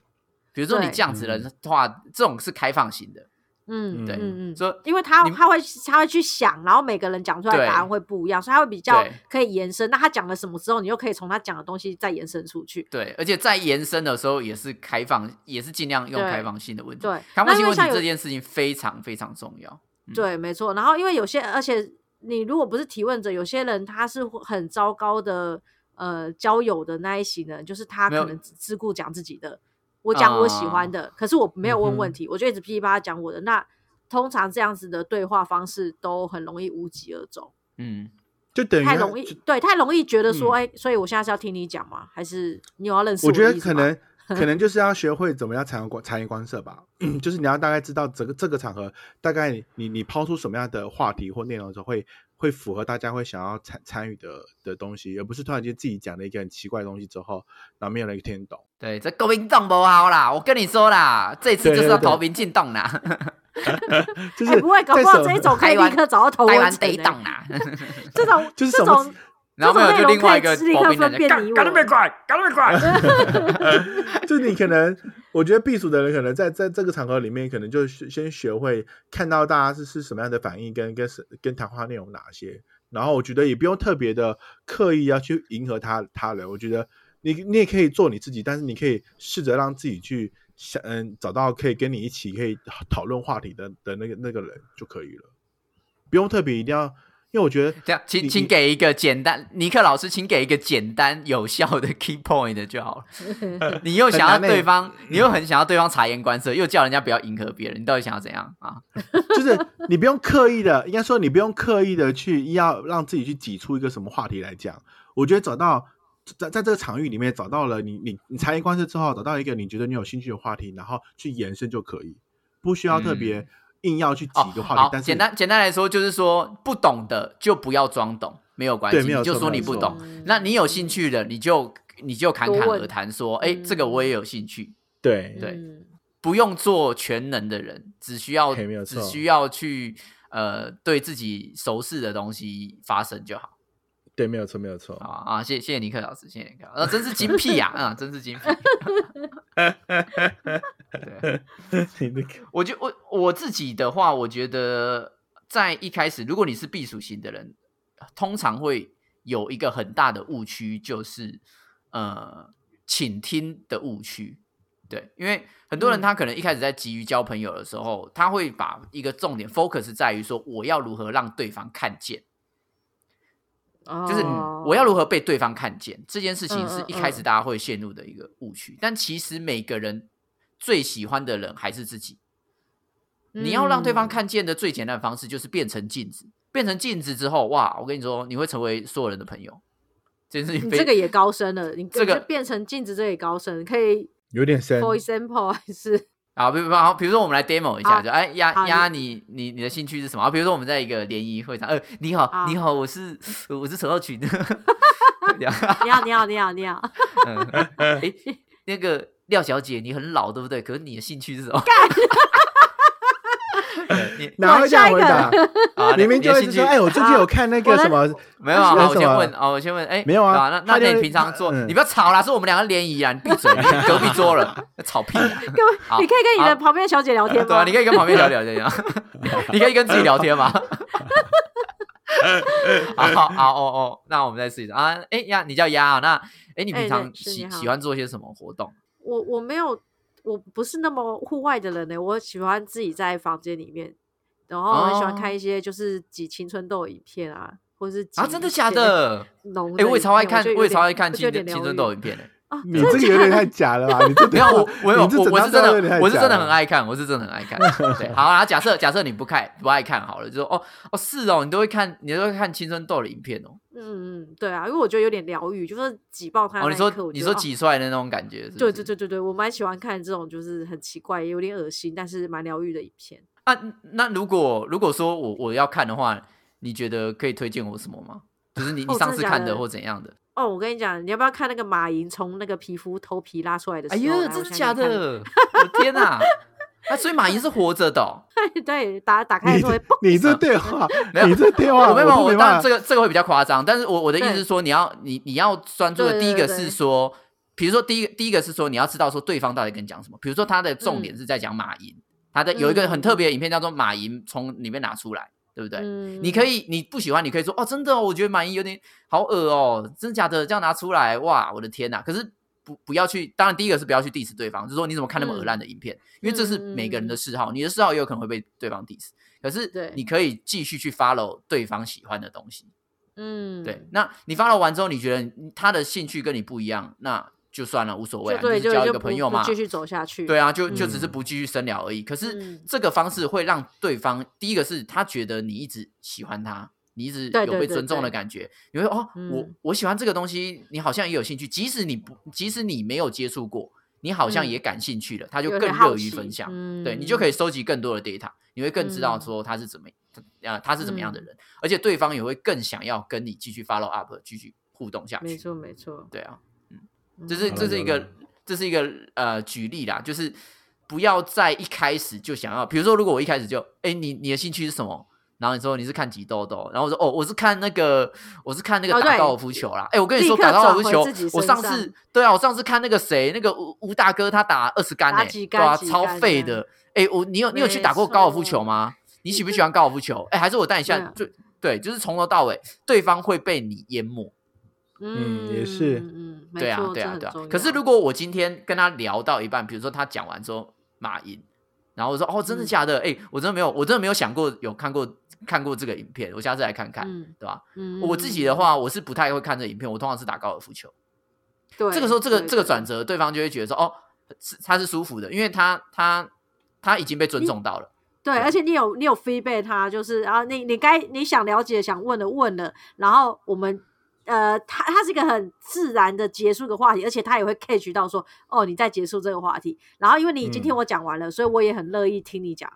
Speaker 3: 比如说你
Speaker 2: 对
Speaker 3: 这样子
Speaker 1: 嗯
Speaker 3: 的话，这种是开放型的，
Speaker 2: 嗯
Speaker 1: 对
Speaker 2: 嗯嗯。
Speaker 3: 说
Speaker 2: 因为他
Speaker 3: 你
Speaker 2: 他会他会去想，然后每个人讲出来的
Speaker 3: 对
Speaker 2: 答案会不一样，所以他会比较
Speaker 3: 对
Speaker 2: 可以延伸。那他讲了什么之后，你又可以从他讲的东西再延伸出去。
Speaker 3: 对，而且在延伸的时候也是开放，也是尽量用
Speaker 2: 对
Speaker 3: 开放性的问题。
Speaker 2: 对
Speaker 3: 开
Speaker 2: 那
Speaker 3: 放
Speaker 2: 因
Speaker 3: 性
Speaker 2: 为
Speaker 3: 问题
Speaker 2: 像有
Speaker 3: 这件事情非常非常重要。嗯
Speaker 2: 对，没错。然后因为有些，而且你如果不是提问者，有些人他是会很糟糕的，呃，交友的那一型人，就是他
Speaker 3: 没有
Speaker 2: 可能只自顾讲自己的，我讲我喜欢的，可是我没有问问
Speaker 1: 啊嗯哼
Speaker 2: 题，我就一直噼里啪啦讲我的。那通常这样子的对话方式都很容易无疾而终，
Speaker 3: 嗯，
Speaker 1: 就等于
Speaker 2: 太容易对，太容易觉得说，
Speaker 1: 嗯
Speaker 2: 哎、所以我现在是要听你讲吗？还是你有要认识
Speaker 1: 我觉
Speaker 2: 的
Speaker 1: 得
Speaker 2: 意思
Speaker 1: 可
Speaker 2: 吗
Speaker 1: 能可能就是要学会怎么样察言观察言观色吧，嗯就是你要大概知道这个这个场合，大概你你你抛出什么样的话题或内容的时候会。会符合大家会想要参参与的的东西，而不是突然间自己讲了一个很奇怪的东西之后，然后没有人听得懂。
Speaker 3: 对，这国民党不好啦，我跟你说啦，这次
Speaker 1: 对
Speaker 3: 就是要
Speaker 1: 对对
Speaker 3: 投民进党啦，
Speaker 1: 就
Speaker 2: 哎、
Speaker 1: 是
Speaker 2: 不会，搞
Speaker 1: 在
Speaker 2: 不好
Speaker 1: 什
Speaker 2: 这一
Speaker 1: 么
Speaker 2: 种可以
Speaker 3: 台湾
Speaker 2: 立刻找到头
Speaker 3: 台
Speaker 2: 文
Speaker 3: 湾
Speaker 2: 层
Speaker 3: 得
Speaker 2: 欸
Speaker 3: 党啦。
Speaker 2: 这种
Speaker 1: 就是
Speaker 2: 这
Speaker 1: 什么
Speaker 2: 种
Speaker 3: 然后没有
Speaker 2: 内
Speaker 3: 就
Speaker 2: 容
Speaker 3: 另外一
Speaker 2: 可以
Speaker 3: 个
Speaker 2: 立刻
Speaker 3: 国民党
Speaker 2: 分辨
Speaker 3: 就干
Speaker 2: 你
Speaker 3: 干得
Speaker 2: 我
Speaker 3: 没怪，干得没怪。
Speaker 1: 就你可能，我觉得避暑的人可能在在这个场合里面，可能就学先学会看到大家是是什么样的反应跟，跟是跟谈话内容哪些。然后我觉得也不用特别的刻意要去迎合他他人，我觉得你你也可以做你自己，但是你可以试着让自己去想，嗯，找到可以跟你一起可以讨论话题的的那个那个人就可以了，不用特别一定要，因为我觉得
Speaker 3: 这样，请
Speaker 1: 你
Speaker 3: 请
Speaker 1: 你
Speaker 3: 给一个简单，尼克老师，请给一个简单有效的 key point 就好了。 你又想要
Speaker 1: 很难欸
Speaker 3: 对方，你又很想要对方察言观色，又叫人家不要迎合别人，你到底想要怎样啊？
Speaker 1: 就是你不用刻意的，应该说你不用刻意的去要让自己去挤出一个什么话题来讲。我觉得找到在在这个场域里面找到了你你你察言观色之后，找到一个你觉得你有兴趣的话题，然后去延伸就可以，不需要特别硬要去挤一个话题。
Speaker 3: 嗯哦好，
Speaker 1: 但是
Speaker 3: 简单简单来说，就是说不懂的就不要装懂，没有关系，
Speaker 1: 对没有
Speaker 3: 你就
Speaker 1: 错
Speaker 3: 说
Speaker 1: 没
Speaker 3: 你
Speaker 1: 有
Speaker 3: 不
Speaker 1: 错
Speaker 3: 懂。那你有兴趣的，你就你就侃
Speaker 2: 多
Speaker 3: 侃
Speaker 2: 问
Speaker 3: 而谈，说，哎、
Speaker 2: 嗯
Speaker 3: 这个我也有兴趣。
Speaker 1: 对
Speaker 3: 对
Speaker 2: 嗯
Speaker 3: 不用做全能的人，只需要
Speaker 1: 嘿没有
Speaker 3: 只
Speaker 1: 错
Speaker 3: 需要去呃对自己熟识的东西发声就好。
Speaker 1: 对，没有错，没有错。
Speaker 3: 啊啊！谢谢谢尼克老师，谢谢尼克老师，啊，真是精辟呀、啊，真是精辟。对，
Speaker 1: 你那个
Speaker 3: 我觉我我自己的话，我觉得在一开始，如果你是避暑型的人，通常会有一个很大的误区，就是呃，倾听的误区。对，因为很多人
Speaker 2: 嗯
Speaker 3: 他可能一开始在急于交朋友的时候，他会把一个重点 focus 在于说，我要如何让对方看见。就是你
Speaker 2: 哦
Speaker 3: 我要如何被对方看见这件事情，是
Speaker 2: 嗯嗯
Speaker 3: 一开始大家会陷入的一个误区。但其实每个人最喜欢的人还是自己。你要让对方
Speaker 2: 嗯
Speaker 3: 看见的最简单的方式就是变成镜子。变成镜子之后，哇，我跟你说，你会成为所有人的朋友。这件事情
Speaker 2: 你
Speaker 3: 非
Speaker 2: 这个也高深了，你
Speaker 3: 这个嗯
Speaker 2: 你就变成镜子，这也高深，可以
Speaker 1: 有点深，
Speaker 2: for example 还是
Speaker 3: 啊，比如方，比如说我们来 demo 一下，
Speaker 2: 好
Speaker 3: 就哎
Speaker 2: 好
Speaker 3: 呀呀，你你你的兴趣是什么？啊比如说我们在一个联谊会上，呃，你好
Speaker 2: 好，
Speaker 3: 你好，我是我是陈浩 群。 这样
Speaker 2: 你要你要你要 你要，
Speaker 3: 嗯， 哎，那个廖小姐，你很老对不对？可是你的兴趣是什么？ 对你
Speaker 1: 哪会这样回答？
Speaker 3: 啊，
Speaker 1: 明明就
Speaker 3: 你的
Speaker 1: 会
Speaker 3: 兴趣
Speaker 1: 说，哎，我最近有看那个什么，
Speaker 3: 没有啊？好我
Speaker 1: 什
Speaker 3: 先
Speaker 1: 么
Speaker 3: 问啊，我先问，哎，
Speaker 1: 没有啊
Speaker 3: 那那
Speaker 1: 他就
Speaker 3: 那你平常做，
Speaker 1: 嗯
Speaker 3: 你不要吵啦，说我们两个联谊啊，你闭嘴，你隔壁桌了，吵屁 啊！
Speaker 2: 各位
Speaker 3: 好
Speaker 2: 你可以跟你
Speaker 3: 好
Speaker 2: 的旁边的小姐聊天
Speaker 3: 对啊，
Speaker 2: 吗
Speaker 3: 你？可以跟旁边聊聊 天啊，你可以跟自己聊天嘛。好好好哦哦，那我们再试一下啊。哎呀，你叫鸭啊？那哎，你
Speaker 2: 哎
Speaker 3: 平常
Speaker 2: 对是
Speaker 3: 喜
Speaker 2: 你好
Speaker 3: 喜欢做些什么活动？
Speaker 2: 我我没有，我不是那么户外的人呢、我喜欢自己在房间里面，然后很喜欢
Speaker 3: 哦
Speaker 2: 看一些就是挤青春痘的影片啊，或是
Speaker 3: 啊，
Speaker 2: 挤
Speaker 3: 真的
Speaker 2: 一
Speaker 3: 假
Speaker 2: 些
Speaker 3: 的？
Speaker 2: 浓的影片？
Speaker 3: 哎、我也超爱看
Speaker 2: 就，有
Speaker 3: 我也
Speaker 2: 点
Speaker 3: 超爱看
Speaker 2: 我就有
Speaker 3: 青
Speaker 2: 点
Speaker 3: 春
Speaker 2: 疗
Speaker 3: 青春
Speaker 2: 愈
Speaker 3: 痘影片 的。
Speaker 2: 啊，
Speaker 1: 你
Speaker 2: 真的
Speaker 1: 这个有
Speaker 2: 假
Speaker 1: 点
Speaker 2: 的
Speaker 1: 太假了吧？你这
Speaker 3: 没有， 我我有
Speaker 1: 你这
Speaker 3: 我我是
Speaker 1: 整张照片
Speaker 3: 真
Speaker 1: 有点
Speaker 3: 的，
Speaker 1: 太
Speaker 3: 我是真
Speaker 1: 假
Speaker 3: 的
Speaker 1: 了
Speaker 3: 很爱看，我是真的很 爱看。对，好啊，假设假设你不看不爱看好了，就说哦哦是哦，你都会看，你都会看青春痘的影片哦。
Speaker 2: 嗯嗯，对啊，因为我觉得有点疗愈，就是挤爆它
Speaker 3: 哦，你
Speaker 2: 的那一
Speaker 3: 说
Speaker 2: 刻，我
Speaker 3: 你
Speaker 2: 觉
Speaker 3: 说
Speaker 2: 得哦
Speaker 3: 挤出来的那种感觉是不是，
Speaker 2: 对对对对对，我蛮喜欢看这种就是很奇怪，也有点恶心，但是蛮疗愈的影片。
Speaker 3: 啊，那如果如果说我我要看的话，你觉得可以推荐我什么吗？就是 你你
Speaker 2: 哦
Speaker 3: 上
Speaker 2: 真的
Speaker 3: 次
Speaker 2: 假
Speaker 3: 看
Speaker 2: 的
Speaker 3: 或怎样的？
Speaker 2: 哦，我跟你讲，你要不要看那个马蝇从那个皮肤头皮拉出来的时
Speaker 3: 哎
Speaker 2: 候？
Speaker 3: 呀，
Speaker 2: 来
Speaker 3: 真的
Speaker 2: 我想
Speaker 3: 假
Speaker 2: 给你看？
Speaker 3: 的？ 我的天哪！啊，所以马云是活着的哦、
Speaker 2: 对，打打开
Speaker 1: 你
Speaker 2: 就会
Speaker 1: 这
Speaker 2: 嘣。
Speaker 1: 你这对话
Speaker 3: 没有，
Speaker 1: 你这对话，
Speaker 3: 我没有，
Speaker 1: 我
Speaker 3: 我
Speaker 1: 都没
Speaker 3: 当然
Speaker 1: 办
Speaker 3: 这
Speaker 1: 法。
Speaker 3: 个这个会比较夸张，但是我我的意思
Speaker 2: 对
Speaker 3: 是说，你要你你要专注的
Speaker 2: 对
Speaker 3: 第一
Speaker 2: 对
Speaker 3: 个
Speaker 2: 对
Speaker 3: 是说，比如说第一个第一个是说你要知道说对方到底跟你讲什么，比如说他的重点
Speaker 2: 嗯
Speaker 3: 是在讲马云，他的有一个很
Speaker 2: 嗯
Speaker 3: 特别的影片叫做马云从里面拿出来， 对不对？
Speaker 2: 嗯
Speaker 3: 你可以，你不喜欢，你可以说哦，真的哦，我觉得满意有点好恶哦，真的假的？这样拿出来，哇，我的天呐！可是不不要去，当然第一个是不要去 diss 对方，就是说你怎么看
Speaker 2: 嗯
Speaker 3: 那么恶烂的影片，因为这是每个人的嗜好，你的嗜好也有可能会被对方 diss。可
Speaker 2: 对
Speaker 3: 是你可以继续去 follow 对方喜欢的东西，
Speaker 2: 嗯，
Speaker 3: 对。啊那你 follow 完之后，你觉得他的兴趣跟你不一样，那就算了，无所谓、
Speaker 2: 就
Speaker 3: 啊，你
Speaker 2: 对，
Speaker 3: 就
Speaker 2: 就是
Speaker 3: 交一
Speaker 2: 就
Speaker 3: 个
Speaker 2: 不
Speaker 3: 朋友
Speaker 2: 不
Speaker 3: 嘛，
Speaker 2: 继续走下去。
Speaker 3: 对啊，就就只是
Speaker 1: 嗯
Speaker 3: 不继续深聊而已。可是
Speaker 2: 嗯
Speaker 3: 这个方式会让对方，第一个是他觉得你一直喜欢他，你一直
Speaker 2: 对
Speaker 3: 有
Speaker 2: 对
Speaker 3: 被
Speaker 2: 对
Speaker 3: 尊重的
Speaker 2: 对
Speaker 3: 感觉。你会哦，我
Speaker 2: 嗯
Speaker 3: 我喜欢这个东西，你好像也有兴趣，即使你不，即使你没有接触过，你好像
Speaker 2: 嗯
Speaker 3: 也感兴趣了，他就
Speaker 2: 有
Speaker 3: 更
Speaker 2: 点好
Speaker 3: 乐于
Speaker 2: 奇
Speaker 3: 分享。
Speaker 2: 嗯、
Speaker 3: 对你就可
Speaker 2: 以
Speaker 3: 以收集更多的 data，你会更知道
Speaker 2: 嗯
Speaker 3: 说他是怎么，啊、他是怎么样的人，而且对方也会更想要跟你继续 follow up，继续互动下
Speaker 2: 没
Speaker 3: 去。
Speaker 2: 错没错，
Speaker 3: 对啊。
Speaker 2: 嗯
Speaker 3: 这是
Speaker 1: 好
Speaker 3: 这
Speaker 1: 了
Speaker 3: 是一
Speaker 1: 有
Speaker 3: 个
Speaker 1: 了
Speaker 3: 这是一个呃举例啦，就是不要在一开始就想要，比如说如果我一开始就，哎，你你的兴趣是什么？然后你说你是看挤痘痘，然后我说哦，我是看那个我是看那个
Speaker 2: 哦
Speaker 3: 打
Speaker 2: 对
Speaker 3: 高尔夫球啦。哎，我跟你
Speaker 2: 立
Speaker 3: 说
Speaker 2: 刻
Speaker 3: 打高尔
Speaker 2: 转
Speaker 3: 夫
Speaker 2: 回
Speaker 3: 球
Speaker 2: 自己，
Speaker 3: 我
Speaker 2: 身
Speaker 3: 上
Speaker 2: 上
Speaker 3: 次对啊，我上次看那个谁那个吴吴大哥他打二十杆
Speaker 2: 打
Speaker 3: 哎，
Speaker 2: 几
Speaker 3: 对
Speaker 2: 杆
Speaker 3: 啊，
Speaker 2: 几
Speaker 3: 超
Speaker 2: 杆
Speaker 3: 废
Speaker 2: 这样
Speaker 3: 的。哎，我你有你有去
Speaker 2: 没
Speaker 3: 打过高尔夫
Speaker 2: 错
Speaker 3: 球吗？你喜不 喜欢高尔夫球？哎，还是我带你下
Speaker 2: 对啊
Speaker 3: 就对，就是从头到尾对方会被你淹没。
Speaker 1: 嗯也是
Speaker 2: 嗯嗯，没
Speaker 3: 对啊，
Speaker 2: 错
Speaker 3: 对
Speaker 2: 这
Speaker 3: 啊，
Speaker 2: 很
Speaker 3: 对啊
Speaker 2: 重。
Speaker 3: 可是
Speaker 2: 要
Speaker 3: 如果我今天跟他聊到一半，比如说他讲完之后马云，然后我说哦，真的
Speaker 2: 嗯
Speaker 3: 假的？哎、我真的没有，我真的没有想过有看过看过这个影片，我下次来看看，
Speaker 2: 嗯
Speaker 3: 对吧？
Speaker 2: 嗯
Speaker 3: 我自己的，话，我是不太会看这个影片，我通常是打高尔夫球。
Speaker 2: 对
Speaker 3: 这个时候，这个
Speaker 2: 对
Speaker 3: 这个
Speaker 2: 对
Speaker 3: 转折，对方就会觉得说哦，是他是舒服的，因为他他他已经被尊重到了。
Speaker 2: 对，而且你有你有 feedback 他，就是啊，你你该你想了解、想问的问了，然后我们呃，他他是一个很自然的结束一个话题，而且他也会 catch 到说，哦，你在结束这个话题，然后因为你已经听
Speaker 1: 嗯
Speaker 2: 我讲完了，所以我也很乐意听你讲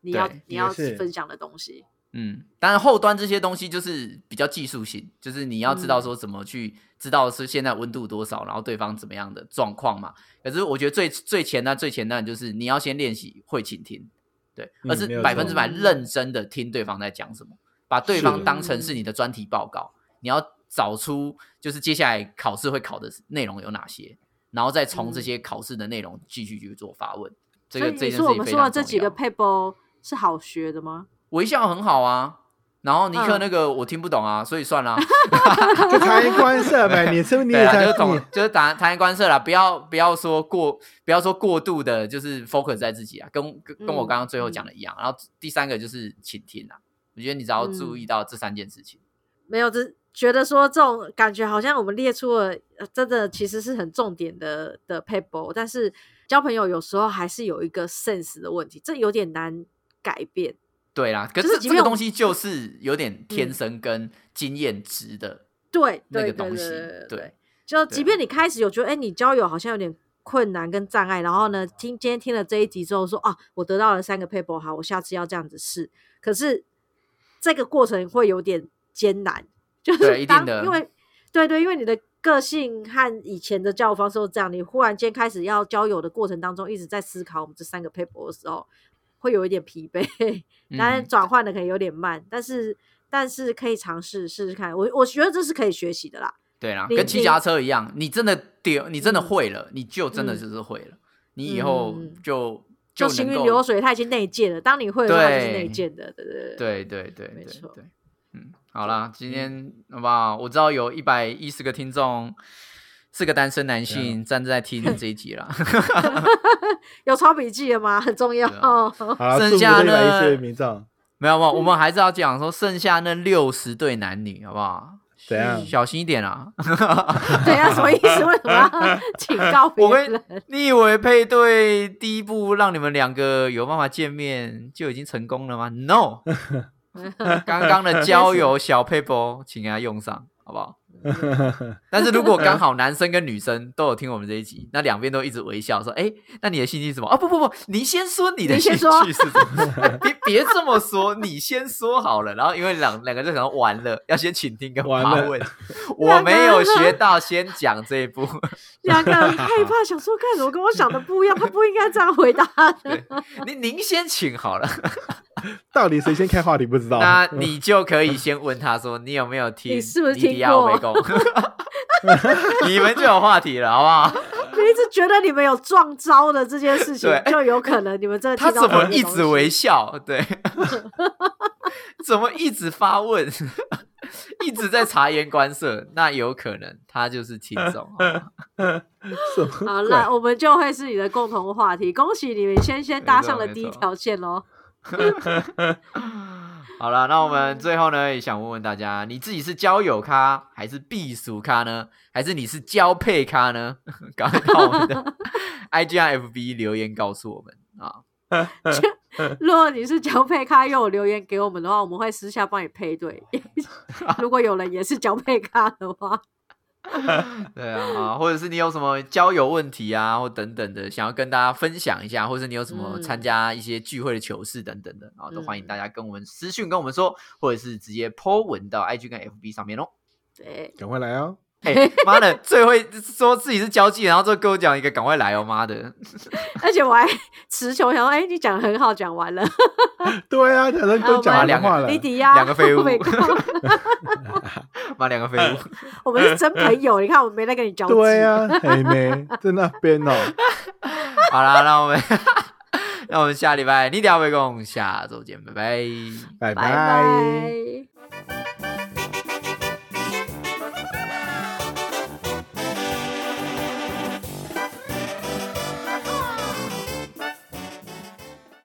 Speaker 2: 你要
Speaker 3: 对
Speaker 2: 你
Speaker 1: 也
Speaker 2: 要
Speaker 1: 是
Speaker 2: 分享的东西。
Speaker 3: 嗯，当然后端这些东西就是比较技术性，就是你要知道
Speaker 2: 嗯
Speaker 3: 说怎么去知道是现在温度多少，然后对方怎么样的状况嘛。可是我觉得最最前段最前段就是你要先练习会倾听，对，
Speaker 1: 嗯
Speaker 3: 而
Speaker 1: 没
Speaker 3: 是
Speaker 1: 有
Speaker 3: 百
Speaker 1: 错
Speaker 3: 分之百
Speaker 2: 嗯
Speaker 3: 认真的听对方在讲什么，把对
Speaker 1: 是
Speaker 3: 方
Speaker 1: 的
Speaker 3: 当成是你的专题报告，你要找出就是接下来考试会考的内容有哪些，然后再从这
Speaker 2: 嗯
Speaker 3: 些考试的内容继续去做发问。这
Speaker 2: 所
Speaker 3: 个
Speaker 2: 以
Speaker 3: 这
Speaker 2: 你
Speaker 3: 件
Speaker 2: 说
Speaker 3: 事
Speaker 2: 我
Speaker 3: 情
Speaker 2: 们
Speaker 3: 非
Speaker 2: 说的
Speaker 3: 常
Speaker 2: 这
Speaker 3: 重
Speaker 2: 几
Speaker 3: 要
Speaker 2: 个。paper 是好学的吗？
Speaker 3: 微笑很好啊。然后尼克
Speaker 2: 嗯
Speaker 3: 那个我听不懂啊，所以 算啦。
Speaker 1: 就谈官社呗，你是不是你
Speaker 3: 对
Speaker 1: 也
Speaker 3: 啊，
Speaker 1: 在
Speaker 3: 就是懂
Speaker 1: 你，
Speaker 3: 就是打谈官社啦，不要不要说过，不要说过度的，就是 focus 在自己啊，跟跟跟我
Speaker 2: 嗯
Speaker 3: 刚刚最后讲的一样。然后第三个就是倾听啊，我觉得你只要注意到这三件事情，
Speaker 2: 嗯没有，只觉得说这种感觉好像我们列出了，呃真的其实是很重点的的 paper，但是交朋友有时候还是有一个 sense 的问题，这有点难改变。
Speaker 3: 对啦。可
Speaker 2: 就是是即
Speaker 3: 这个
Speaker 2: 便我嗯
Speaker 3: 东西就是有点天生跟经验值的
Speaker 2: 对，
Speaker 3: 那
Speaker 2: 对
Speaker 3: 个
Speaker 2: 对
Speaker 3: 东西
Speaker 2: 对，
Speaker 3: 对，
Speaker 2: 就
Speaker 3: 对
Speaker 2: 即
Speaker 3: 啊
Speaker 2: 便你开始有觉得，哎，你交友好像有点困难跟障碍，然后呢，听今天听了这一集之后说，啊，我得到了三个 paper，好，我下次要这样子试。可是这个过程会有点艰难，就
Speaker 3: 对啊一
Speaker 2: 是当
Speaker 3: 定的
Speaker 2: 因为对对，因为你的个性和以前的交友方式都这样，你忽然间开始要交友的过程当中，一直在思考我们这三个 paper 的时候，会有一点疲惫。但是
Speaker 3: 嗯，
Speaker 2: 转换的可能有点慢，但是但是可以尝试试试看。我我觉得这是可以学习的啦。
Speaker 3: 对啦，
Speaker 2: 你
Speaker 3: 跟骑
Speaker 2: 你
Speaker 3: 脚踏车一样，你真的丢，你真的
Speaker 2: 嗯
Speaker 3: 会了，你就真的
Speaker 2: 嗯
Speaker 3: 就是会了，你以后
Speaker 2: 嗯嗯嗯
Speaker 3: 就
Speaker 2: 就
Speaker 3: 能
Speaker 2: 行云
Speaker 3: 够
Speaker 2: 流水，它已经内建了。当你会的时候，它就是
Speaker 3: 对
Speaker 2: 内建的，对对对。
Speaker 3: 对对对，
Speaker 2: 没
Speaker 3: 对
Speaker 2: 错
Speaker 3: 对，嗯，好啦，今天好不好？我知道有一百一十个听众，四个单身男
Speaker 1: 对啊
Speaker 3: 性站在听这一集啦，
Speaker 2: 有抄笔记了吗？很重要哦
Speaker 3: 对。啊
Speaker 1: 好啦，
Speaker 3: 剩
Speaker 1: 祝福
Speaker 3: 下
Speaker 1: 这一百一
Speaker 3: 呢
Speaker 1: 十位民众
Speaker 3: 没有没有，我们还是要讲说剩下那六十对男女，好不好？
Speaker 1: 怎样？
Speaker 3: 小心一点啊啦！
Speaker 2: 等一啊下，什么意思？为什 么要警告别
Speaker 3: 我们
Speaker 2: 人？，
Speaker 3: 你以为配对第一步让你们两个有办法见面就已经成功了吗？No， 刚刚的交友小 paper，请给他用上，好不 好？但是如果刚好男生跟女生都有听我们这一集，那两边都一直微笑说：“哎、那你的兴趣是什么？”啊，不不不，你先说你的
Speaker 2: 你
Speaker 3: 兴
Speaker 2: 先
Speaker 3: 趣
Speaker 2: 说
Speaker 3: 是什么？ 别别这么说，你先说好了。然后因为两两个就想说完了，要先倾听跟
Speaker 1: 完
Speaker 3: 发
Speaker 1: 了
Speaker 3: 问。我没有学到，先讲这一 步。
Speaker 2: 两个人害怕，想说干什么跟我想的不一样，他不应该这样回答 的。
Speaker 3: 对，您您先请好了，
Speaker 1: 到底谁先开话题不知 道？
Speaker 3: 那你就可以先问他说：“你有没有听？
Speaker 2: 你是不是听
Speaker 3: 围攻？” 你们就有话题了，好不好？
Speaker 2: 你一直觉得你们有撞招的这件事情
Speaker 3: 对，
Speaker 2: 就有可能你们真的
Speaker 3: 他
Speaker 2: 听到
Speaker 3: 怎么
Speaker 2: 同个
Speaker 3: 一
Speaker 2: 东
Speaker 3: 直
Speaker 2: 西
Speaker 3: 微笑？对， 怎么一直发问， 一直在察言观色？那有可能他就是听 众。好吧
Speaker 1: 什 么
Speaker 2: 好，
Speaker 1: 鬼
Speaker 2: 那我们就会是你的共同话题。恭喜你们先先搭上了第一条线喽！
Speaker 3: 好了，那我们最后呢，也想问问大家，你自己是交友咖还是避暑咖呢？还是你是交配咖呢？ 赶快到我们的 IG 和 FB 留言告诉我们啊！
Speaker 2: 如果你是交配咖，又有留言给我们的话，我们会私下帮你配对。 如果有人也是交配咖的话，
Speaker 3: 对啊，啊或者是你有什么交友问题啊，或等等的，想要跟大家分享一下，或是你有什么
Speaker 2: 嗯
Speaker 3: 参加一些聚会的糗事等等的啊，都欢迎
Speaker 2: 嗯
Speaker 3: 大家跟我们私讯跟我们说，或者是直接 po 文到 IG 跟 FB 上面哦。
Speaker 2: 对，
Speaker 1: 赶快来哦！
Speaker 3: 哎、妈的，最会说自己是交际，然后就跟我讲一个赶快来哦，妈的！
Speaker 2: 而且我还词穷，想说，哎、你讲的很好，讲完了，
Speaker 1: 对啊，讲的
Speaker 2: 啊我
Speaker 1: 都
Speaker 2: 们
Speaker 1: 讲完
Speaker 3: 两个
Speaker 1: 话了
Speaker 2: 你，抵押
Speaker 3: 两个废物
Speaker 2: Oh my god，
Speaker 3: 妈两个废物，
Speaker 2: 我们是真朋友，你看我们没在跟你交际。
Speaker 1: 对啊，嘿妹在那边哦，
Speaker 3: 好啦，那我们 那我们下礼拜你聊回共，下周见，拜拜。
Speaker 1: 拜
Speaker 2: 拜拜。